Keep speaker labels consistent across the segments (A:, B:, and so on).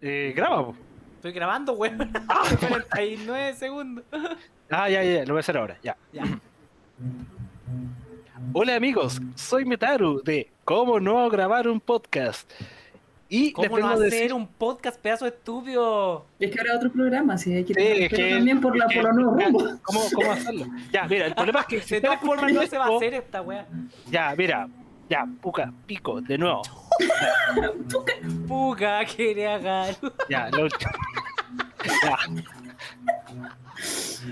A: Eh, graba, po.
B: Estoy grabando, Ah, weón. 49 segundos.
A: Ah, ya, ya, ya, lo voy a hacer ahora, ya.
B: Ya.
A: Hola amigos, soy Metaru de Cómo no grabar un podcast. Y les
B: ¿Cómo no
A: vengo a
B: hacer
A: decir-
B: un podcast, pedazo de estúpido?
C: Es que habrá otro programa, si hay que
A: Sí, es
C: pero
A: que-
C: también por, la,
A: es que-
C: por los nuevos rumbos.
A: ¿Cómo, cómo hacerlo? Ya, mira, el problema es que si
B: De todas
A: estás
B: formas, no se va a
A: escuchando
B: hacer esta weá.
A: esto- Ya, mira, ya, puca, pico, de nuevo.
B: Puga, quería ganar.
A: Ya, lo último. Ya.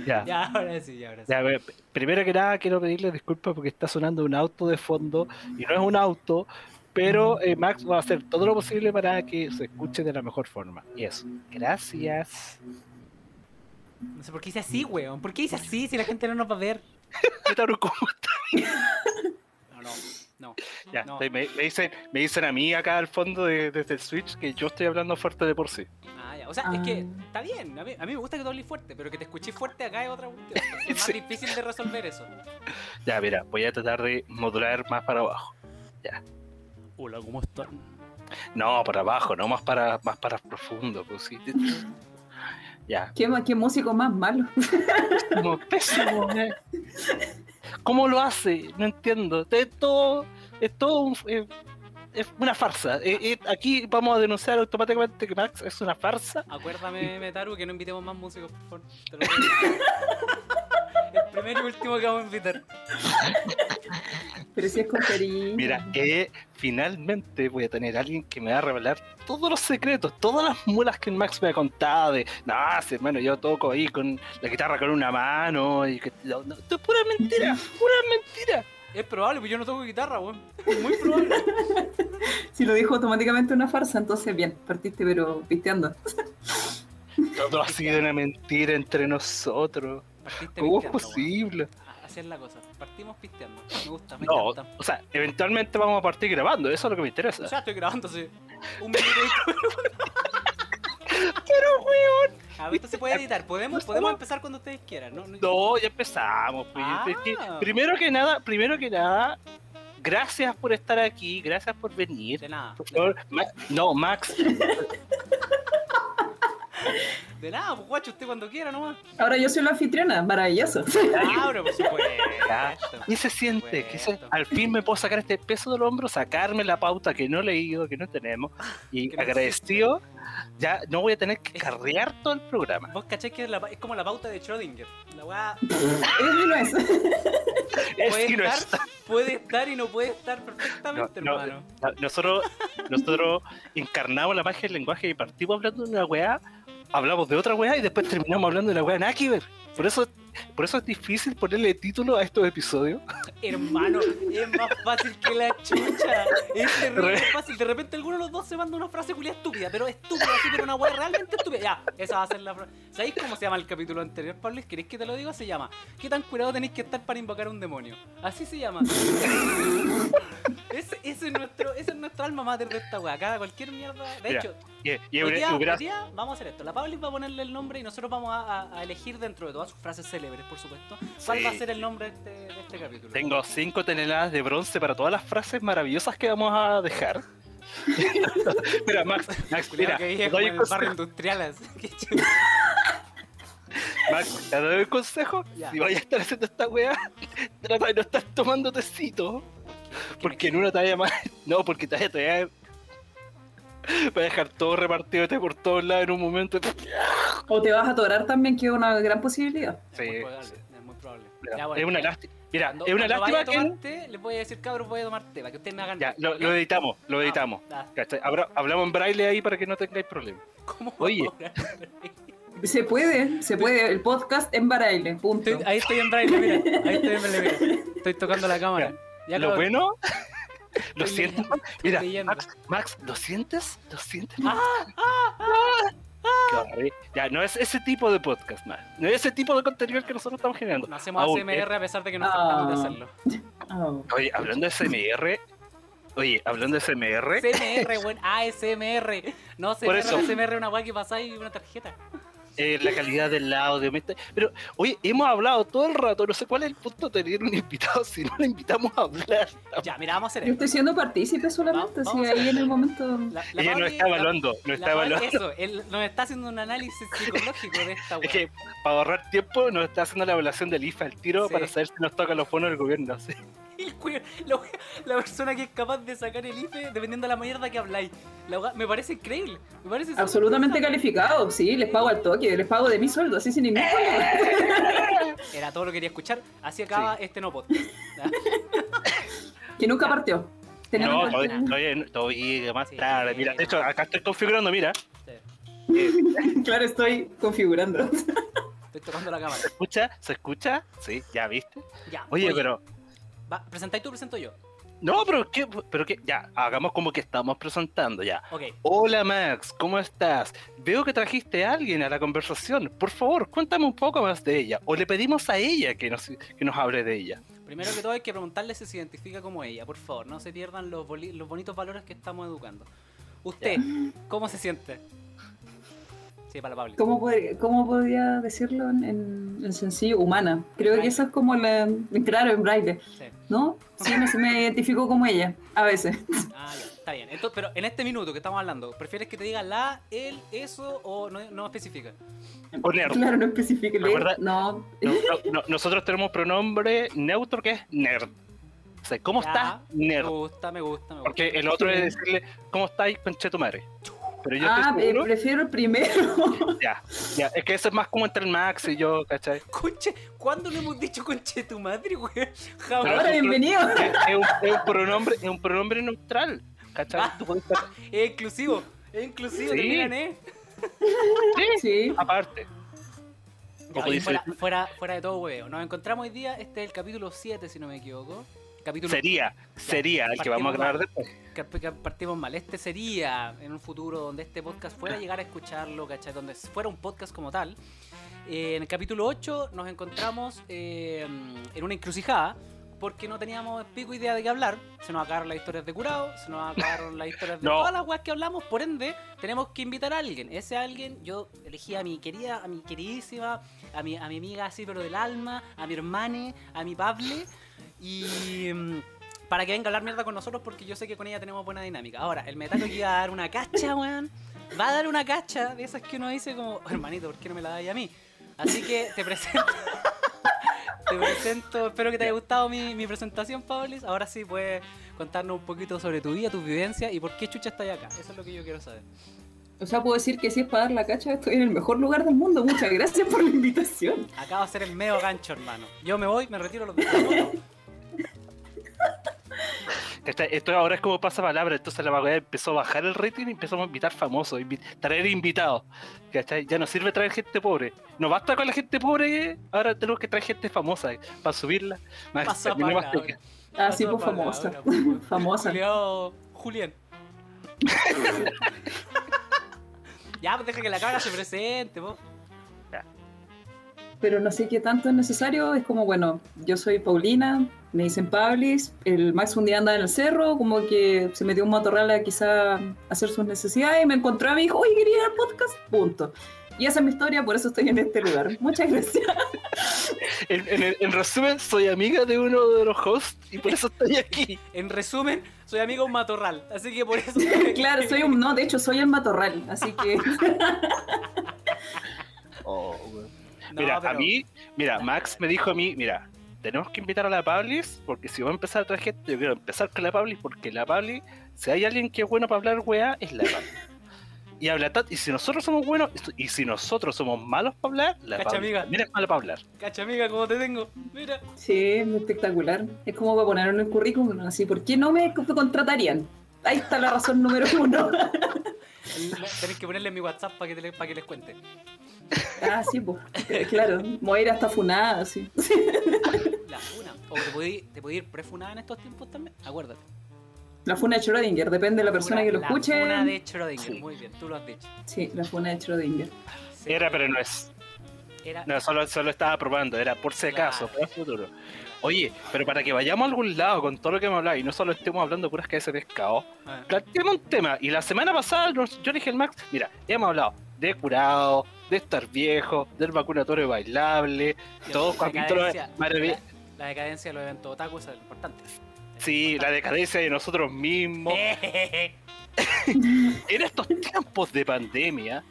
A: Ya.
B: Ya, ahora sí, ya, ahora sí.
A: Ya, a ver, primero que nada quiero pedirles disculpas porque está sonando un auto de fondo y no es un auto, pero eh, Max va a hacer todo lo posible para que se escuche de la mejor forma. Y eso. Gracias.
B: No sé por qué hice así, weón. ¿Por qué hice así si la gente no nos va a ver?
A: Metaru, ¿cómo estás?
B: No, no, no.
A: Ya,
B: No.
A: me, me dicen, me dicen a mí acá al fondo de- desde el Switch que yo estoy hablando fuerte de por sí.
B: Ah, ya. O sea,
C: Ah.
B: es que está bien. A mí, a mí me gusta que tú hables fuerte, pero que te escuché fuerte acá es otra cuestión. Es más
A: Sí.
B: difícil de resolver eso.
A: Ya, mira, voy a tratar de modular más para abajo.
B: Hola, ¿cómo están?
A: No, para abajo, no más para más para profundo, pues sí. Ya,
C: ¿Qué, ma- qué músico más malo.
A: como pésimo. ¿eh? ¿Cómo lo hace? No entiendo. Es todo, es todo un- eh, es una farsa. Eh, eh, aquí vamos a denunciar automáticamente que Max es una farsa.
B: Acuérdame, Metaru, que no invitemos más músicos, por favor. Te lo pido. El primer y último que vamos a invitar.
C: Pero si es con cariño.
A: Mira, eh, finalmente voy a tener a alguien que me va a revelar todos los secretos, todas las mulas que el Max me ha contado de, no, sí, hermano, yo toco ahí con la guitarra con una mano y que no, no, esto es pura mentira, pura mentira.
B: Es probable, pues yo no toco guitarra, weón. Es Muy probable.
C: Si lo dijo automáticamente una farsa, entonces bien, partiste pero pisteando.
A: Todo ha sido una mentira entre nosotros.
B: Partiste
A: ¿Cómo es
B: pisteando, weón.
A: posible?
B: Ah, Así es la cosa. Partimos pisteando. Me gusta, me
A: No,
B: encanta.
A: o sea, eventualmente vamos a partir grabando, eso es lo que me
B: O
A: interesa.
B: sea, estoy grabando hace un minuto y
A: Pero, weón,
B: A ver, Ah, esto se puede editar. Podemos, podemos empezar cuando ustedes quieran, ¿no? No-
A: no, ya empezamos. pues.
B: Ah.
A: Es que, primero que nada, primero que nada, gracias por estar aquí, gracias por venir.
B: De nada.
A: Por favor, Ma- no, Max,
B: De nada, pues guacho, usted cuando quiera nomás.
C: Ahora yo soy la anfitriona, maravilloso.
B: Abro, por
A: Ya.
B: supuesto.
A: ¿qué se siente? ¿Qué se-
B: Bueno.
A: al fin me puedo sacar este peso del hombro, sacarme la pauta que no he leído, que no tenemos, y
B: Que no
A: agradecido, ya no voy a tener que carrear todo el programa.
B: Vos cacháis que es, la- es como la pauta de Schrödinger. La weá
C: Es y no es.
A: Es
B: puede
A: que no
B: estar,
A: está-
B: puede estar y no puede estar perfectamente,
A: No, no,
B: hermano.
A: Ah, Nosotros, nosotros encarnamos la magia del lenguaje y partimos hablando de una weá, hablamos de otra weá y después terminamos hablando de una weá nada que ver. Por eso, por eso es difícil ponerle título a estos episodios.
B: Hermano, es más fácil que la chucha. Es terrible
A: Re-
B: fácil. De repente alguno de los dos se manda una frase culia estúpida, pero estúpida, sí, pero una weá realmente estúpida. Ya, esa va a ser la frase. ¿Sabéis cómo se llama el capítulo anterior, Pablo? ¿Queréis que te lo diga? Se llama ¿Qué tan curado tenéis que estar para invocar a un demonio? Así se llama. Ese ese es nuestro, ese es nuestro alma mater de esta weá. Cada cualquier mierda. De
A: Mira,
B: hecho,
A: Y, y
B: Hoy
A: hubiera-
B: día,
A: hubiera-
B: hoy día vamos a hacer esto. La Pauli va a ponerle el nombre y nosotros vamos a, a- a elegir dentro de todas sus frases célebres, por supuesto, cuál
A: Sí.
B: va a ser el nombre de este, de este capítulo.
A: tengo 5 toneladas de bronce para todas las frases maravillosas que vamos a dejar. mira, Max, Max,
B: Cuidado
A: mira,
B: que
A: te
B: dije como
A: doy
B: en
A: un
B: el barrio
A: consejo,
B: industrial. así que chulo.
A: Max, te doy un consejo.
B: Ya.
A: Si vayas a estar haciendo esta weá, trata de no estar tomando tecito. Porque en una talla más. No, porque talla te va a- va a dejar todo repartido por todos lados en un momento.
C: O te vas a atorar también, que es una gran posibilidad.
B: Es muy
A: Sí,
B: probable,
A: sí.
B: es muy probable.
A: Mira,
B: Ya, bueno,
A: es una
B: ya.
A: lástima. Mira,
B: Cuando-
A: es una
B: cuando vaya
A: lástima
B: a
A: que.
B: tomar té, les voy a decir, cabros, voy a tomar té, para que ustedes me hagan...
A: Ya,
B: caso.
A: lo, lo editamos, lo
B: Ah,
A: editamos.
B: ah,
A: ¿Cachai? Habla- hablamos en braille ahí para que no tengáis problemas.
B: ¿Cómo
A: Oye.
C: Se puede, se puede. El podcast en Baraile, punto.
B: Estoy- ahí estoy en braille, mira. Ahí estoy en braille, mira. Estoy tocando la cámara. Ya,
A: lo
B: cabros,
A: bueno. Lo
B: Estoy
A: siento.
B: leyendo, estoy
A: Mira,
B: leyendo.
A: Max, Max, ¿lo sientes? ¿Lo sientes?
B: Ah,
A: Qué horrible. Ya, no es ese tipo de podcast, Max. No es ese tipo de contenido que nosotros estamos generando.
B: No hacemos
A: Aún,
B: ACMR a pesar de que nos
C: Ah.
B: tratamos de hacerlo.
C: Oh.
A: Oye, hablando de SMR. Oye, hablando de SMR.
B: CMR, weón. ASMR. No, CMR,
A: Por eso.
B: ASMR es una weá que pasáis una tarjeta.
A: eh, la calidad del audio. me está- Pero, oye, hemos hablado todo el rato, no sé cuál es el punto de tener un invitado si no le invitamos a hablar.
B: Ya, mira, vamos a hacer
C: Yo
B: esto.
C: estoy siendo partícipe solamente,
B: Va-
C: así
B: vamos a-
C: ahí en el momento.
B: La- la
A: Ella no
B: Pauli-
A: está
B: la-
A: evaluando, no
B: la
A: está
B: Pauli-
A: evaluando.
B: Eso, él nos está haciendo un análisis psicológico de esta
A: Es
B: weá.
A: que para ahorrar tiempo nos está haciendo la evaluación del IFA al tiro
B: Sí.
A: para saber si nos toca los bonos del gobierno. sí.
B: El culiao- la, wea- la persona que es capaz de sacar el IFE dependiendo de la mierda que habláis. La wea- me parece increíble. Me parece
C: Absolutamente
B: sorpresa.
C: calificado, sí, les pago al toque, les pago de mi sueldo, así sin ningún problema.
B: Era todo lo que quería escuchar. Así acaba este no podcast.
C: Que nunca partió. Tenemos
A: No,
C: que-
A: todavía, todavía- todavía más
B: Sí.
A: tarde. Mira, de hecho, acá estoy configurando, mira. Eh.
C: Claro, estoy configurando.
B: Estoy tocando la cámara.
A: ¿Se escucha? ¿Se escucha? Sí, ya viste.
B: Ya.
A: Oye, pero.
B: va, presentáis tú, presento yo.
A: No, pero qué, pero qué. Ya, hagamos como que estamos presentando ya.
B: Ok.
A: Hola Max, ¿cómo estás? Veo que trajiste a alguien a la conversación. Por favor, cuéntame un poco más de ella. O le pedimos a ella que nos, que nos hable de ella.
B: Primero que todo hay que preguntarle si se identifica como ella, por favor, no se pierdan los, boli- los bonitos valores que estamos educando. Usted, ¿cómo se siente? Sí, para la Pauli.
C: ¿Cómo, pod- cómo podría decirlo en, en- en sencillo? Humana. Creo que
B: Braille.
C: eso es como la. Claro, en braille,
B: Sí.
C: ¿no? Sí, me, me identifico como ella, a veces.
B: Ah, ya, está bien. Entonces, pero en este minuto que estamos hablando, ¿prefieres que te diga la, el, eso o no, no especifica?
A: O nerd.
C: Claro, no especifico. le-
A: ¿Recuerda?
C: No,
A: No- no- no- nosotros tenemos pronombre neutro que es nerd. O sea, ¿cómo
B: Ya,
A: estás,
B: Me
A: nerd?
B: gusta, me gusta, me gusta.
A: Porque el otro es decirle, ¿cómo estáis, conche tu madre? Pero yo
C: ah,
A: estoy
C: eh,
A: seguro-
C: prefiero el primero.
A: ya, ya, es que eso es más como entre el Max y yo, ¿cachai?
B: Conche, ¿cuándo le hemos dicho conche tu madre, güey? Jamás.
A: Pero-
C: Ahora bienvenido.
A: Es, es un, es un pronombre, es un pronombre neutral, ¿cachai?
B: Ah.
A: Tú puedes estar-
B: Es inclusivo, es inclusivo,
A: Sí.
B: terminan, ¿eh?
A: Sí,
C: Sí.
A: aparte.
B: Ya,
A: Como
B: oye,
A: dice-
B: fuera, fuera, fuera de todo hueveo. Nos encontramos hoy día, este es el capítulo 7, si no me equivoco. Capítulo
A: Sería, sería el que vamos a grabar después.
B: Cap- cap- Partimos mal. Este sería en un futuro donde este podcast fuera a llegar a escucharlo, ¿cachai? Donde fuera un podcast como tal. Eh, en el capítulo 8 nos encontramos eh, en una encrucijada porque no teníamos pico idea de qué hablar. Se nos acabaron las historias de curado, se nos acabaron las historias de
A: No.
B: todas las weas que hablamos. Por ende, tenemos que invitar a alguien. Ese alguien, yo elegí a mi querida, a mi queridísima, a mi, a mi amiga así, pero del alma, a mi hermane, a mi Pable. Y. mm, para que venga a hablar mierda con nosotros porque yo sé que con ella tenemos buena dinámica. Ahora, el metano que iba a dar una cacha, weón. Va a dar una cacha de esas que uno dice como, hermanito, ¿por qué no me la dais a mí? Así que te presento. te presento, espero que te haya gustado mi, mi presentación, Pablis. Ahora sí puedes contarnos un poquito sobre tu vida, tus vivencias y por qué chucha estás acá. Eso es lo que yo quiero saber.
C: O sea, puedo decir que si es para dar la cacha, estoy en el mejor lugar del mundo. Muchas gracias por la invitación.
B: Acaba de ser el medio gancho, hermano. Yo me voy, me retiro los dos.
A: Esta- Este, esto ahora es como pasa palabra, entonces la vaguedad empezó a bajar el rating y empezamos a invitar famosos, invi- traer invitados. ¿cachai? Ya no sirve traer gente pobre. No basta con la gente pobre, ahora tenemos que traer gente famosa eh, para subirla. Más-
B: Pasa
A: terminó más
B: palabra.
A: que-
C: Ah, sí,
B: Pasó
C: pues
B: palabra,
C: famosa.
B: pues.
C: Famosa.
B: Julio- Julián. ya, pues deja que la cámara se presente, vos.
C: Pero no sé qué tanto es necesario. Es como, bueno, yo soy Paulina, me dicen Pablis. El Max un día anda en el cerro, como que se metió un motorral a quizá hacer sus necesidades y me encontró a mí y dijo, oye, quería ir al podcast, punto. Y esa es mi historia, por eso estoy en este lugar. Muchas gracias.
A: En, en- en- en resumen, soy amiga de uno de los hosts y por eso estoy aquí.
B: En resumen, soy amigo de un matorral, así que por eso.
C: claro, soy un... No, de hecho, soy el matorral, así que...
B: No,
A: mira, a
B: pero-
A: mí, mira, Max me dijo a mí, mira, tenemos que invitar a la Pablis, porque si va a empezar a traer gente, yo quiero empezar con la Pablis, porque la Pablis, si hay alguien que es bueno para hablar weá, es la Pablis. Y habla tanto, y si nosotros somos buenos, y si nosotros somos malos para hablar, la
B: Cacha,
A: Pablis
B: amiga.
A: también es mala para hablar.
B: Cacha, amiga, como te tengo. Mira.
C: Sí, es espectacular. Es como para poner en el currículum, así, ¿por qué no me co- contratarían? Ahí está la razón número uno.
B: la- Tenés que ponerle mi WhatsApp para que, te le- pa' que les cuente.
C: ah, sí, pues, claro, me voy a ir hasta funada, sí.
B: La funa. O te podí, te podí ir prefunada en estos tiempos también. Acuérdate.
C: La funa de Schrödinger, depende de la persona que lo
B: La
C: escuche.
B: funa de Schrödinger.
A: Sí.
B: Muy bien, tú lo has dicho.
C: Sí, la funa de Schrödinger.
B: Sí.
A: Era, pero no es.
B: Era-
A: No, solo, solo estaba probando, era por si acaso,
B: Claro.
A: para el futuro. Oye, pero para que vayamos a algún lado con todo lo que hemos hablado y no solo estemos hablando puras que de pescado,
B: Ah,
A: planteamos un tema. Y la semana pasada nos- yo le dije al Max, mira, hemos hablado de curado, de estar viejo, del vacunatorio bailable, todos capítulos
B: decadencia-
A: maravillosos.
B: La, la decadencia de los eventos otaku es lo importante.
A: Sí, la decadencia de nosotros mismos. en estos tiempos de pandemia,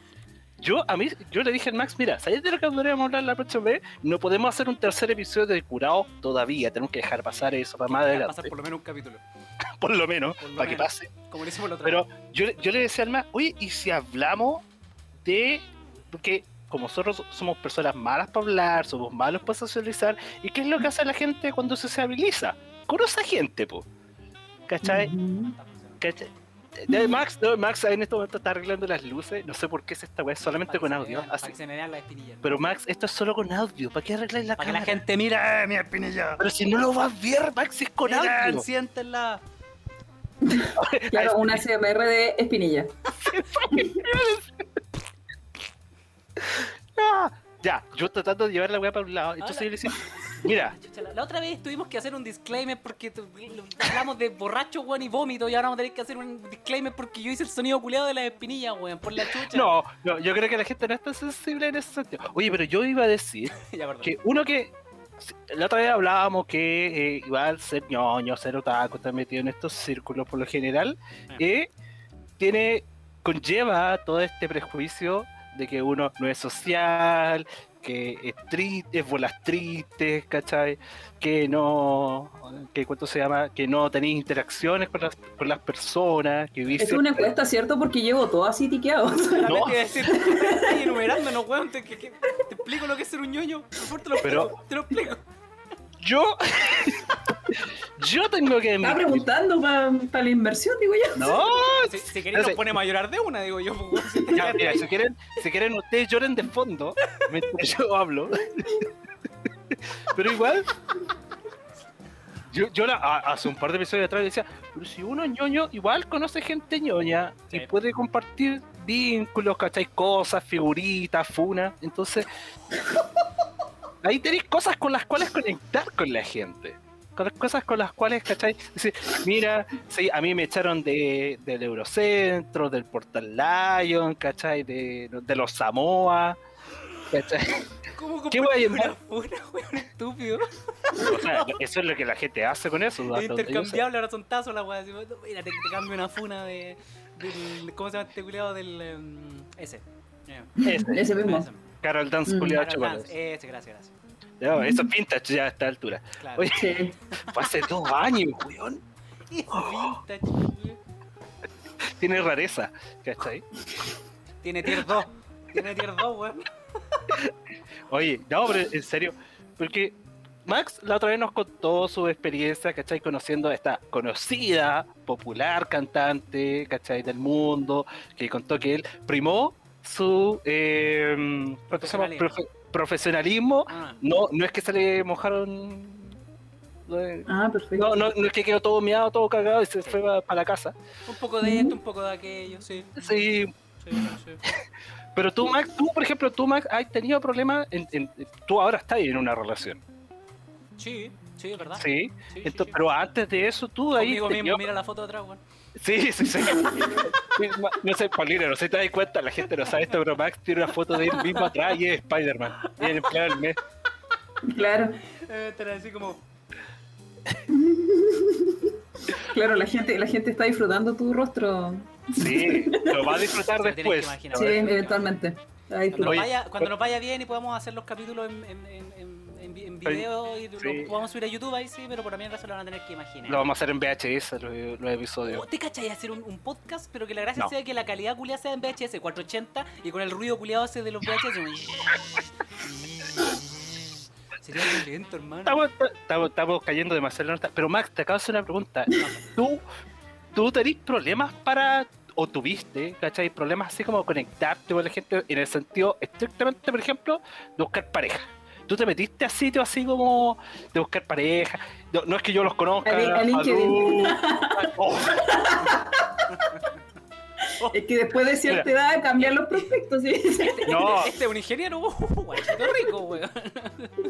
A: yo a mí, yo le dije al Max, mira, ¿sabes de lo que podríamos hablar la próxima vez? No podemos hacer un tercer episodio de curado todavía, tenemos que dejar pasar eso para más
B: Va a
A: adelante,
B: pasar por lo menos un capítulo.
A: por, lo menos,
B: por lo
A: para que
B: menos.
A: pase.
B: Como lo hicimos la otra
A: Pero
B: vez.
A: yo, yo le decía al Max, oye, ¿y si hablamos de porque como nosotros somos personas malas para hablar, somos malos para socializar, ¿y qué es lo que hace la gente cuando se sociabiliza? Conoce a gente, po. ¿Cachai?
C: Ujú.
A: ¿Cachai? De- Max, no, Max en este momento está arreglando las luces. No sé por qué es esta weá,
B: Para
A: solamente
B: que
A: con
B: se
A: audio.
B: vean-
A: así.
B: Para que se me vean las espinillas.
A: Pero Max, esto es solo con audio. ¿Para qué arregláis la
B: Para que
A: cámara?
B: la gente mire mi espinilla.
A: Pero si no lo vas a ver, Max, es con
B: Miren,
A: audio.
B: siéntenla.
C: Claro, una CMR de espinilla.
A: Ah, ya, yo tratando de llevar la weá para un lado. Entonces yo le decía, mira,
B: Ah, chucha, La la otra vez tuvimos que hacer un disclaimer porque tu- hablamos de borracho, weón, y vómito. Y ahora vamos a tener que hacer un disclaimer porque yo hice el sonido culeado de las espinillas, weón, por la chucha.
A: no, no, yo creo que la gente no es tan sensible en ese sentido. Oye, pero yo iba a decir
B: ya, perdón.
A: que uno que. La otra vez hablábamos que eh, igual ser ñoño, ser otaku, estar metido en estos círculos por lo general,
B: Ah.
A: eh, tiene, conlleva todo este prejuicio de que uno no es social, que es triste, es bolas tristes, ¿cachai? Que no, que cuánto se llama, que no tenéis interacciones con las, con las personas, que vivís
C: Es una encuesta, ¿cierto? Porque llevo todo así tiqueado.
B: Solamente
A: no.
B: iba a decir, estoy enumerándonos, weón. Te, que- que- te explico lo que es ser un ñoño. Por favor, te lo
A: Pero-
B: explico. Te lo explico.
A: Yo, yo tengo que
C: Estaba
A: admitir-
C: preguntando para la inversión, digo yo.
A: No,
B: Si, si
A: No
B: queréis,
A: Ah, sé.
B: nos ponemos a llorar de una, digo yo. pues, weón, si te
A: Ya,
B: quedaste
A: mira,
B: ahí.
A: si quieren, si quieren ustedes lloren de fondo mientras yo hablo. Pero igual. Yo, yo la- a- hace un par de episodios atrás decía, pero si uno es ñoño, igual conoce gente ñoña
B: Sí.
A: y puede compartir vínculos, ¿cachai? Cosas, figuritas, funas. Entonces, ahí tenéis cosas con las cuales conectar con la gente. Con las cosas con las cuales, ¿cachai? Decir, mira, sí, a mí me echaron de, del Eurocentro, del Portal Lion, ¿cachai? De, de los Samoa, ¿cachai?
B: ¿Cómo
A: ¿Qué
B: comprar
A: voy a
B: una
A: llamar?
B: funa, weón, estúpido?
A: O sea, eso es lo que la gente hace con eso. ¿no?
B: Es intercambiable, ahora son tazos la weá. así, no, Mira, te, te cambio una funa de. Del, ¿Cómo se llama este culeado? Del. em, ese. Eh,
A: Ese,
C: Ese mismo.
B: ese.
A: Carol Dance eh.
C: Mm.
A: culiado
B: Ahora,
A: chocolate.
B: Lance, Ese, gracias, gracias.
A: No, eso es vintage ya a esta altura.
B: Claro.
A: Oye,
C: Sí.
A: fue hace dos años, weón.
B: Es vintage, weón.
A: Tiene rareza, ¿cachai?
B: Tiene tier 2. Tiene tier 2, weón.
A: Oye, no, pero en serio, porque Max la otra vez nos contó su experiencia, ¿cachai? Conociendo a esta conocida, popular cantante, ¿cachai? Del mundo, que contó que él primó su, eh, ¿cuánto se llama?
B: Profesionalismo.
A: Profe- profesionalismo.
B: Ah,
A: No, no es que se le mojaron... No,
C: Ah, perfecto.
A: no, no es que quedó todo miado, todo cagado y se fue para la casa.
B: un poco de esto, un poco de aquello, sí.
A: Sí,
B: sí, sí.
A: pero tú, Max, tú, por ejemplo, tú, Max, has tenido problemas, en, en- tú ahora estás en una relación,
B: Sí, sí, es verdad.
A: ¿sí?
B: Sí, sí,
A: Entonces,
B: sí.
A: pero antes de eso, tú ahí.
B: Conmigo
A: te-
B: mismo,
A: yo-
B: mira la foto de atrás, weón.
A: Sí, sí, sí. Sí, ma- no sé, Paulina, no sé si te das cuenta, la gente no sabe esto, pero Max tiene una foto de él mismo atrás y es Spider-Man. Y en plan del mes.
C: Claro,
B: Eh, te la así como.
C: claro, la gente, la gente está disfrutando tu rostro.
A: Sí, lo va a disfrutar
B: Se lo tienes
A: después.
B: que imaginar.
C: Sí,
B: ver,
C: eventualmente. Está
B: Cuando,
A: Oye, eh,
C: disfrutando.
B: nos vaya, cuando
A: pero-
B: nos vaya bien y podamos hacer los capítulos en, en, en, en- en vi- en
A: Oye,
B: video y
A: sí.
B: lo podamos subir a YouTube ahí sí, pero por mientras se lo van a tener que imaginar.
A: Lo vamos a hacer en VHS, los, los
B: Oh,
A: episodios.
B: ¿Te cachai hacer un, un podcast? Pero que la gracia
A: No.
B: sea que la calidad culiada sea en VHS 480 y con el ruido culiado ese de los VHS. un- Mm. Sería muy lento, hermano.
A: Estamos, estamos, estamos cayendo demasiado en la nota. Pero Max, te acabo de hacer una pregunta. ¿Tú, tú tenés problemas para, o tuviste, ¿cachai? Problemas así como conectarte con la gente en el sentido estrictamente, por ejemplo, de buscar pareja. ¿Tú te metiste a sitios así como de buscar pareja? No, no es que yo los conozca.
C: A Lin- a LinkedIn.
A: algo- Oh,
C: Es que después de cierta edad cambian los prospectos, sí.
A: no,
B: Este es un ingeniero, uh, guachito rico, weón.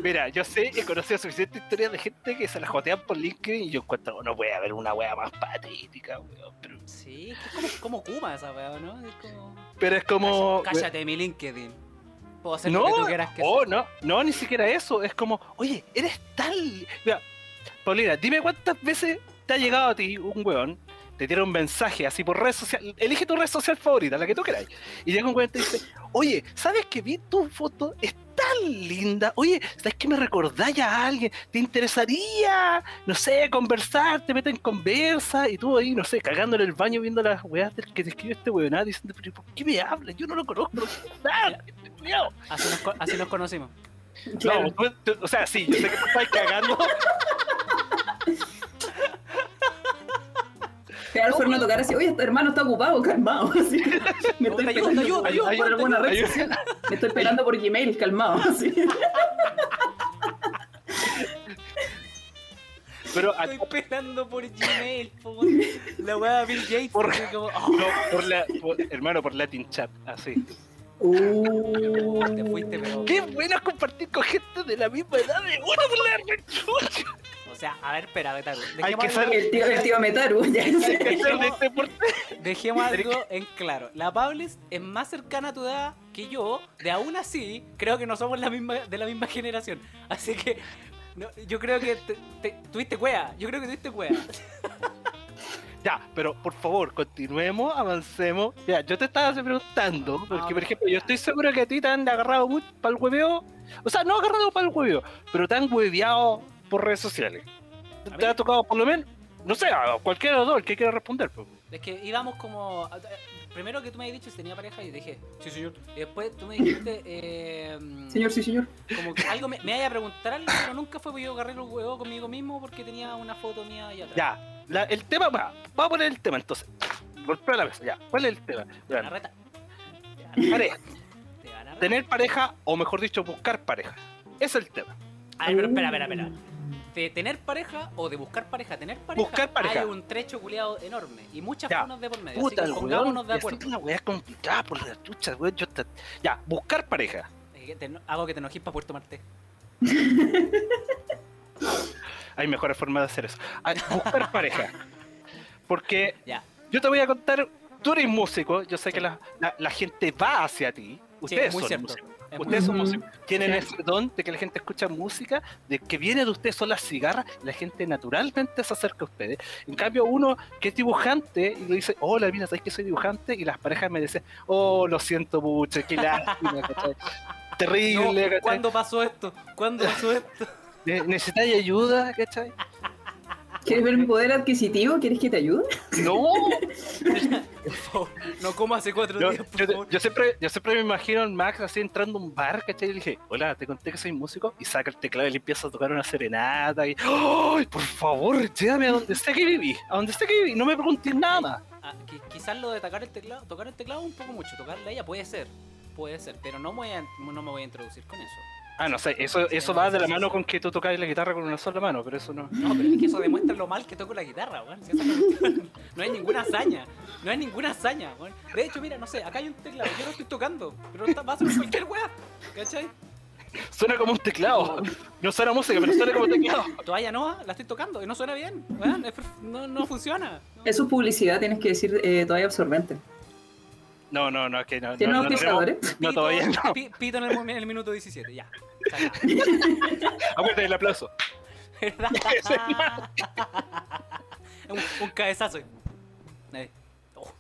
A: mira, yo sé, he conocido suficiente historia de gente que se la jotean por LinkedIn y yo encuentro, "Oh, no puede haber una wea más patética, weón. Pero,
B: Sí, que es como, como Kuma esa weón, ¿no? Es como.
A: pero es como...
B: Cállate, mi LinkedIn. Puedo hacer
A: No,
B: lo que tú quieras que
A: oh,
B: sea.
A: no, no, ni siquiera eso. Es como, oye, eres tal. Mira, Paulina, dime cuántas veces te ha llegado a ti un weón, te tira un mensaje así por red social. Elige tu red social favorita, la que tú queráis. Y llega un weón y te dice, oye, ¿sabes que vi tu foto? Es tan linda. Oye, ¿sabes que me recordáis a alguien? ¿Te interesaría, no sé, conversar? Te meten conversa y tú ahí, no sé, cagando en el baño viendo las weas del que te escribe este weonado diciendo, pero ¿por qué me habla? Yo no lo conozco, no sé nada, este culiao".
B: Así nos, co- así nos conocimos.
C: Claro.
A: No, tú- tú- o sea, sí, yo sé que tú estás cagando.
C: Te va a hacer no tocar así, oye, este hermano está ocupado, calmado. así. Me estoy
B: Ayuda,
C: pegando
B: ayuda,
C: por-
B: ayuda,
C: por
A: ayuda,
C: alguna red
A: ayuda.
C: social. Me estoy pegando por Gmail, calmado. así.
A: Pero a-
B: Estoy pelando por Gmail, po, weón. La weá de Bill Gates.
A: Por-
B: así como, oh,
A: no, por la, por- hermano, por Latin Chat, así.
C: Uh.
B: te fuiste, pero.
A: Qué bueno compartir con gente de la misma edad de uno por la rechucha.
B: O sea, a ver, espera, espera.
A: Hay que
B: algo-
A: ser-
C: El tío, el tío Metaru, ya
A: Hay que
C: sé.
A: hacer de este porte.
B: Dejemos algo en claro. La Pables es más cercana a tu edad que yo. De aún así, creo que no somos la misma, de la misma generación. Así que no, yo creo que te- te- tuviste cuea. Yo creo que tuviste cuea.
A: Ya, pero por favor, continuemos, avancemos. Ya, yo te estaba preguntando, porque por ejemplo, yo estoy seguro que a ti te han agarrado mucho para el hueveo. O sea, no agarrado para el hueveo, pero te han hueveado por redes sociales.
B: mí?
A: Te ha tocado por lo menos, no sé, a cualquiera de los dos, el que quiera responder. pues.
B: Es que íbamos como. Primero que tú me habías dicho si tenía pareja y dije, sí, señor. Y después tú me dijiste. eh,
C: Señor, sí, señor.
B: Como que algo me, me vaya a preguntar algo, pero nunca fue porque yo agarré los huevos conmigo mismo porque tenía una foto mía allá atrás.
A: Ya, la- el tema, va, vamos a poner el tema entonces. Golpea la mesa, ya. ¿Cuál es el tema?
B: Te van a
A: Vean,
B: retar. Te van a retar.
A: pareja,
B: Te van a retar.
A: tener pareja, o mejor dicho, buscar pareja. Ese es el tema.
B: A ver, pero espera, espera, espera. De tener pareja o de buscar pareja. Tener pareja.
A: Buscar pareja.
B: Hay un trecho culiado enorme y muchas
A: Ya.
B: formas de por medio.
A: Puta,
B: así
A: el
B: que
A: weón.
B: pongámonos de
A: y así
B: acuerdo.
A: Una weá complicada por la chucha, weón. Yo te- Ya, buscar pareja.
B: Eh, que te- hago que te enojís para Puerto Marte.
A: Hay mejores formas de hacer eso. Ah, buscar pareja. Porque
B: Ya.
A: yo te voy a contar, tú eres músico, yo sé que la, la- la gente va hacia ti. Ustedes
B: muy
A: son
B: cierto.
A: músicos.
B: Es muy
A: Ustedes son
C: Ujú.
A: músicos. Tienen
C: Sí.
A: ese don de que la gente escucha música, de que viene de ustedes, son las cigarras, la gente naturalmente se acerca a ustedes. En cambio, uno que es dibujante y le dice, hola, mira, sabes que soy dibujante, y las parejas me dicen, oh, lo siento mucho, qué lástima, ¿cachai?
B: No,
A: Terrible, ¿cachai?
B: ¿Cuándo pasó esto? ¿Cuándo pasó esto?
A: Ne- ¿Necesitáis ayuda, cachai?
C: ¿Quieres ver mi poder adquisitivo? ¿Quieres que te ayude?
A: No,
B: Por favor, no como hace cuatro
A: yo,
B: días, por
A: yo-
B: favor.
A: yo siempre, yo siempre me imagino al Max así entrando a un bar, ¿cachai? Y le dije, hola, te conté que soy músico, y saca el teclado y le empieza a tocar una serenata, y, ¡ay, por favor, llévame a donde sea que viví, a donde sea que viví, no me preguntes nada más.
B: Ah, qui- quizás lo de tocar el teclado, tocar el teclado un poco mucho, tocarle a ella puede ser, puede ser, pero no me voy a, no me voy a introducir con eso.
A: Ah, no sé, eso, eso va de la mano con que tú tocas la guitarra con una sola mano, pero eso no.
B: No, pero es que eso demuestra lo mal que toco la guitarra, weón. Si esa es la cuestión. no hay ninguna hazaña. No hay ninguna hazaña, weón. De hecho, mira, no sé, acá hay un teclado. Yo no estoy tocando, pero está, va a ser cualquier weá. ¿Cachai?
A: Suena como un teclado, no suena música, pero suena como teclado.
B: Todavía no, la estoy tocando y no suena bien. weón. Es perf- no, no funciona. No.
C: Eso es publicidad, tienes que decir eh, todavía absorbente.
A: No, no, no, es que no.
C: ¿Tiene
A: no, no,
C: auspiciadores?
A: tenemos- no, todavía no.
B: pi- pito en el, mu- en el minuto 17, ya. Saca.
A: Aguanta el aplauso.
B: ¿Verdad? un, un cabezazo.
A: Eh,
B: Ahí. Oh,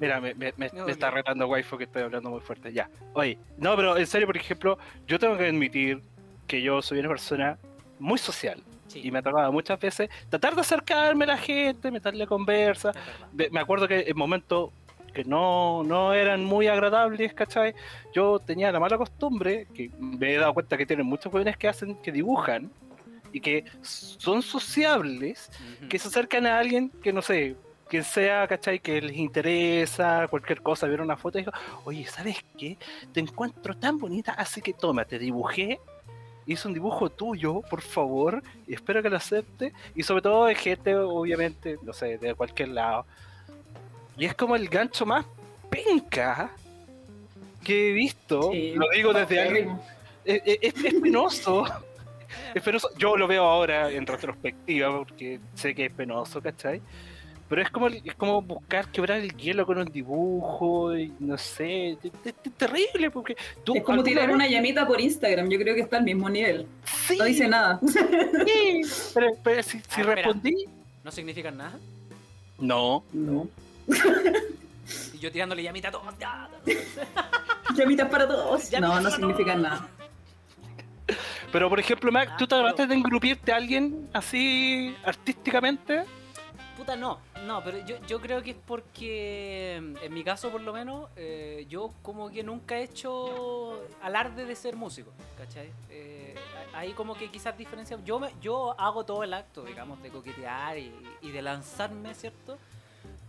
A: Mira, me, me- me-
B: No,
A: me está
B: ya.
A: retando waifu que estoy hablando muy fuerte. Ya. Oye, no, pero en serio, por ejemplo, yo tengo que admitir que yo soy una persona muy social
B: sí,
A: y me ha tocado muchas veces tratar de acercarme a la gente, meterle conversa.
B: es verdad.
A: Me me acuerdo que en momentos que no, no eran muy agradables, ¿cachai? Yo tenía la mala costumbre, que me he dado cuenta que tienen muchos jóvenes que hacen, que dibujan y que son sociables,
B: Ujú.
A: que se acercan a alguien que no sé, quien sea, ¿cachai? Que les interesa, cualquier cosa, vieron una foto y dijo, oye, ¿sabes qué? Te encuentro tan bonita, así que toma, te dibujé, hice un dibujo tuyo, por favor, y espero que lo acepte, y sobre todo de gente, obviamente, no sé, de cualquier lado. Y es como el gancho más penca que he visto,
C: Sí.
A: lo digo desde alguien
C: Terrible.
A: es, Eh, es- es penoso. Es penoso. Yo lo veo ahora en retrospectiva porque sé que es penoso, ¿cachai? Pero es como, es como buscar quebrar el hielo con un dibujo, y no sé, es, es- es terrible, porque tú...
C: Es como tirar
A: alguna
C: una llamita por Instagram, yo creo que está al mismo nivel.
A: vez- Sí,
C: No dice nada.
A: sí, pero, pero si, si
B: Ah, espera.
A: respondí...
B: No significa nada.
A: No,
C: No.
B: Y yo tirándole llamita a todos. ya,
C: Llamitas para todos.
B: Llamitas
C: No, no
B: para
C: significa
B: todos.
C: nada.
A: pero por ejemplo, Mac,
B: Ah,
A: ¿tú
B: pero-
A: trataste de engrupirte a alguien así artísticamente?
B: Puta, no, no, pero yo, yo creo que es porque, en mi caso por lo menos, eh, yo como que nunca he hecho alarde de ser músico, ¿cachai? Eh, a- ahí como que quizás diferencia, yo, me- yo hago todo el acto, digamos, de coquetear y, y de lanzarme, ¿cierto?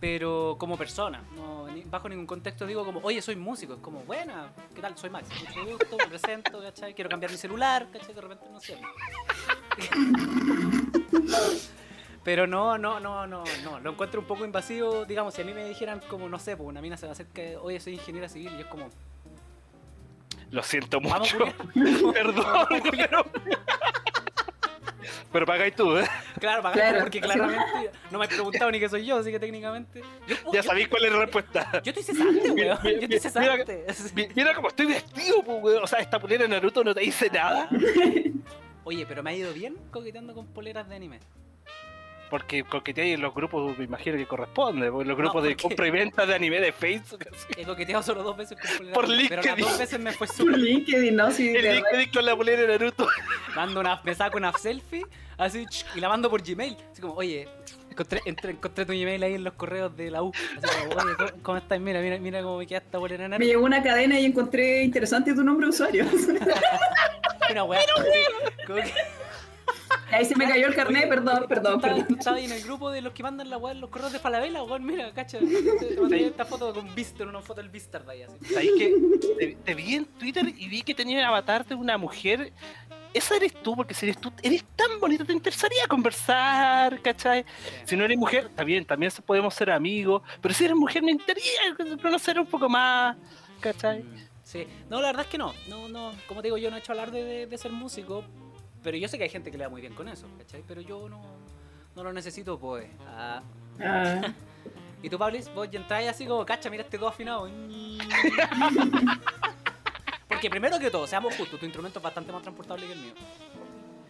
B: Pero como persona, no, ni- bajo ningún contexto digo como, oye, soy músico, es como, buena, ¿qué tal? Soy Max, mucho gusto, me presento, ¿cachai? Quiero cambiar mi celular, ¿cachai? De repente no sé. Pero no, no, no, no, no. Lo encuentro un poco invasivo, digamos, si a mí me dijeran como, no sé, pues una mina se va a hacer que, oye, soy ingeniera civil, y es como,
A: Lo siento
B: vamos,
A: mucho,
B: Julián.
A: perdón, pero... pero pagáis tú, ¿eh?
B: Claro, bacán,
C: Claro.
B: porque claramente no me has preguntado ni que soy yo, así que técnicamente... Yo, oh,
A: Ya
B: yo-
A: sabéis cuál es la respuesta.
B: Yo estoy cesante,
A: Mira,
B: weón. Yo
A: mira,
B: estoy
A: mira,
B: cesante.
A: Mi- Mira cómo estoy vestido, po, weón. O sea, esta polera de Naruto no te dice nada.
B: Oye, pero me ha ido bien coqueteando con poleras de anime.
A: Porque coqueteáis en los grupos, me imagino que corresponde. po, Los grupos de
B: porque-
A: compra y venta de anime de Facebook. así.
B: He coqueteado solo dos veces con poleras
A: Por
B: de anime, Pero las
A: LinkedIn.
B: dos veces me fue
C: Por
B: súper.
C: LinkedIn, no, sí, de
A: El
C: verdad.
A: LinkedIn con la polera de Naruto.
B: Mando una, me saco una selfie, así, ch, y la mando por Gmail. Así como, oye, encontré, entré- encontré tu Gmail ahí en los correos de la U. Así como, oye, ¿cómo, cómo estás? Mira, mira, mira cómo me queda esta bolera
C: Me
B: nana.
C: llegó una cadena y encontré interesante tu nombre de usuario.
B: Una weá. así, como que-
C: Ahí se me cayó el carnet,
B: Oye,
C: perdón,
B: tú
C: perdón,
B: estabas-
C: perdón.
B: Estaba ahí en el grupo de los que mandan la weá en los correos de Falabella, weón, mira, cacha. Te te mandé
A: Sí.
B: esta foto con Vistar, una foto del Vistar de ahí, así.
A: Ahí que te, te vi en Twitter y vi que tenía el avatar de una mujer. Esa eres tú, porque si eres tú, eres tan bonita, te interesaría conversar, ¿cachai? Si no eres mujer, está bien, también se- podemos ser amigos. Pero si eres mujer, me interesaría conocer un poco más, ¿cachai?
B: Sí, no, la verdad es que no. No, no, como te digo, yo no he hecho alarde de, de ser músico, pero yo sé que hay gente que le da muy bien con eso, ¿cachai? Pero yo no, no lo necesito, pues. Ah.
C: Ah,
B: Y tú, Pablis, vos ya entráis así como, cacha, mira este todo afinado. Porque primero que todo, seamos justos, tu instrumento es bastante más transportable que el mío.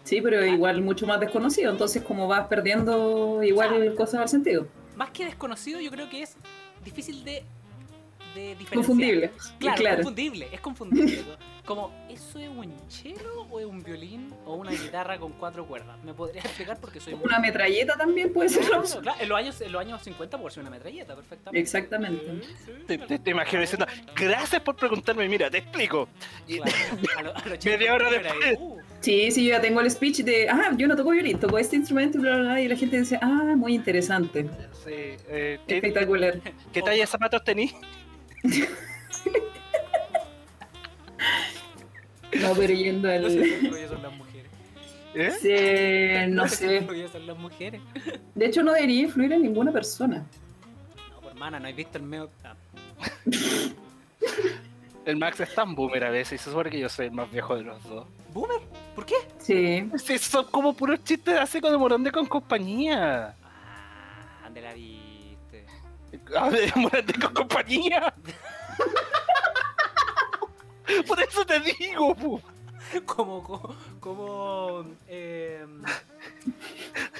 C: sí, pero igual mucho más desconocido, entonces como vas perdiendo igual cosas al sentido.
B: Más que desconocido, yo creo que es difícil de, de diferenciar.
C: Confundible.
B: Claro,
C: Claro.
B: es confundible, es confundible. ¿no? Como, ¿eso es un chelo o es un violín o una guitarra con cuatro cuerdas? ¿Me podrías explicar? Porque soy muy-
C: Una metralleta también puede ser la
B: Claro,
C: opción.
B: claro, en, los años, en los años 50 por ser una metralleta, perfectamente.
C: Exactamente.
A: Te, te, te imagino diciendo, gracias por preguntarme, mira, te explico. Y-
B: Claro, a lo- a los
A: Media
B: chicos
A: hora
B: que era
A: después.
B: ahí, uh,
C: Sí, sí, yo ya tengo el speech de, ah, yo no toco violín, toco este instrumento y bla, bla, bla, y la gente dice, ah, muy interesante,
A: Sí, eh,
C: Este
A: ¿qué,
C: espectacular.
A: qué talla de zapatos tenís?
C: No, pero yendo
B: No sé
C: al...
B: si orgullo son las mujeres.
A: ¿Eh?
C: Sí, no
B: sé si
C: sé.
B: orgullo son las mujeres.
C: De hecho, no debería influir en ninguna persona.
B: No, pues, hermana, no he visto el medio. Ah,
A: El Max es tan boomer a veces, se supone que yo soy el más viejo de los dos.
B: ¿Boomer? ¿Por qué?
C: Sí.
A: Sí, son como puros chistes así con el morón de con compañía.
B: Ah, ande la viste.
A: Ah, de Morón de con compañía. Por eso te digo, pu.
B: Como, co- como, eh,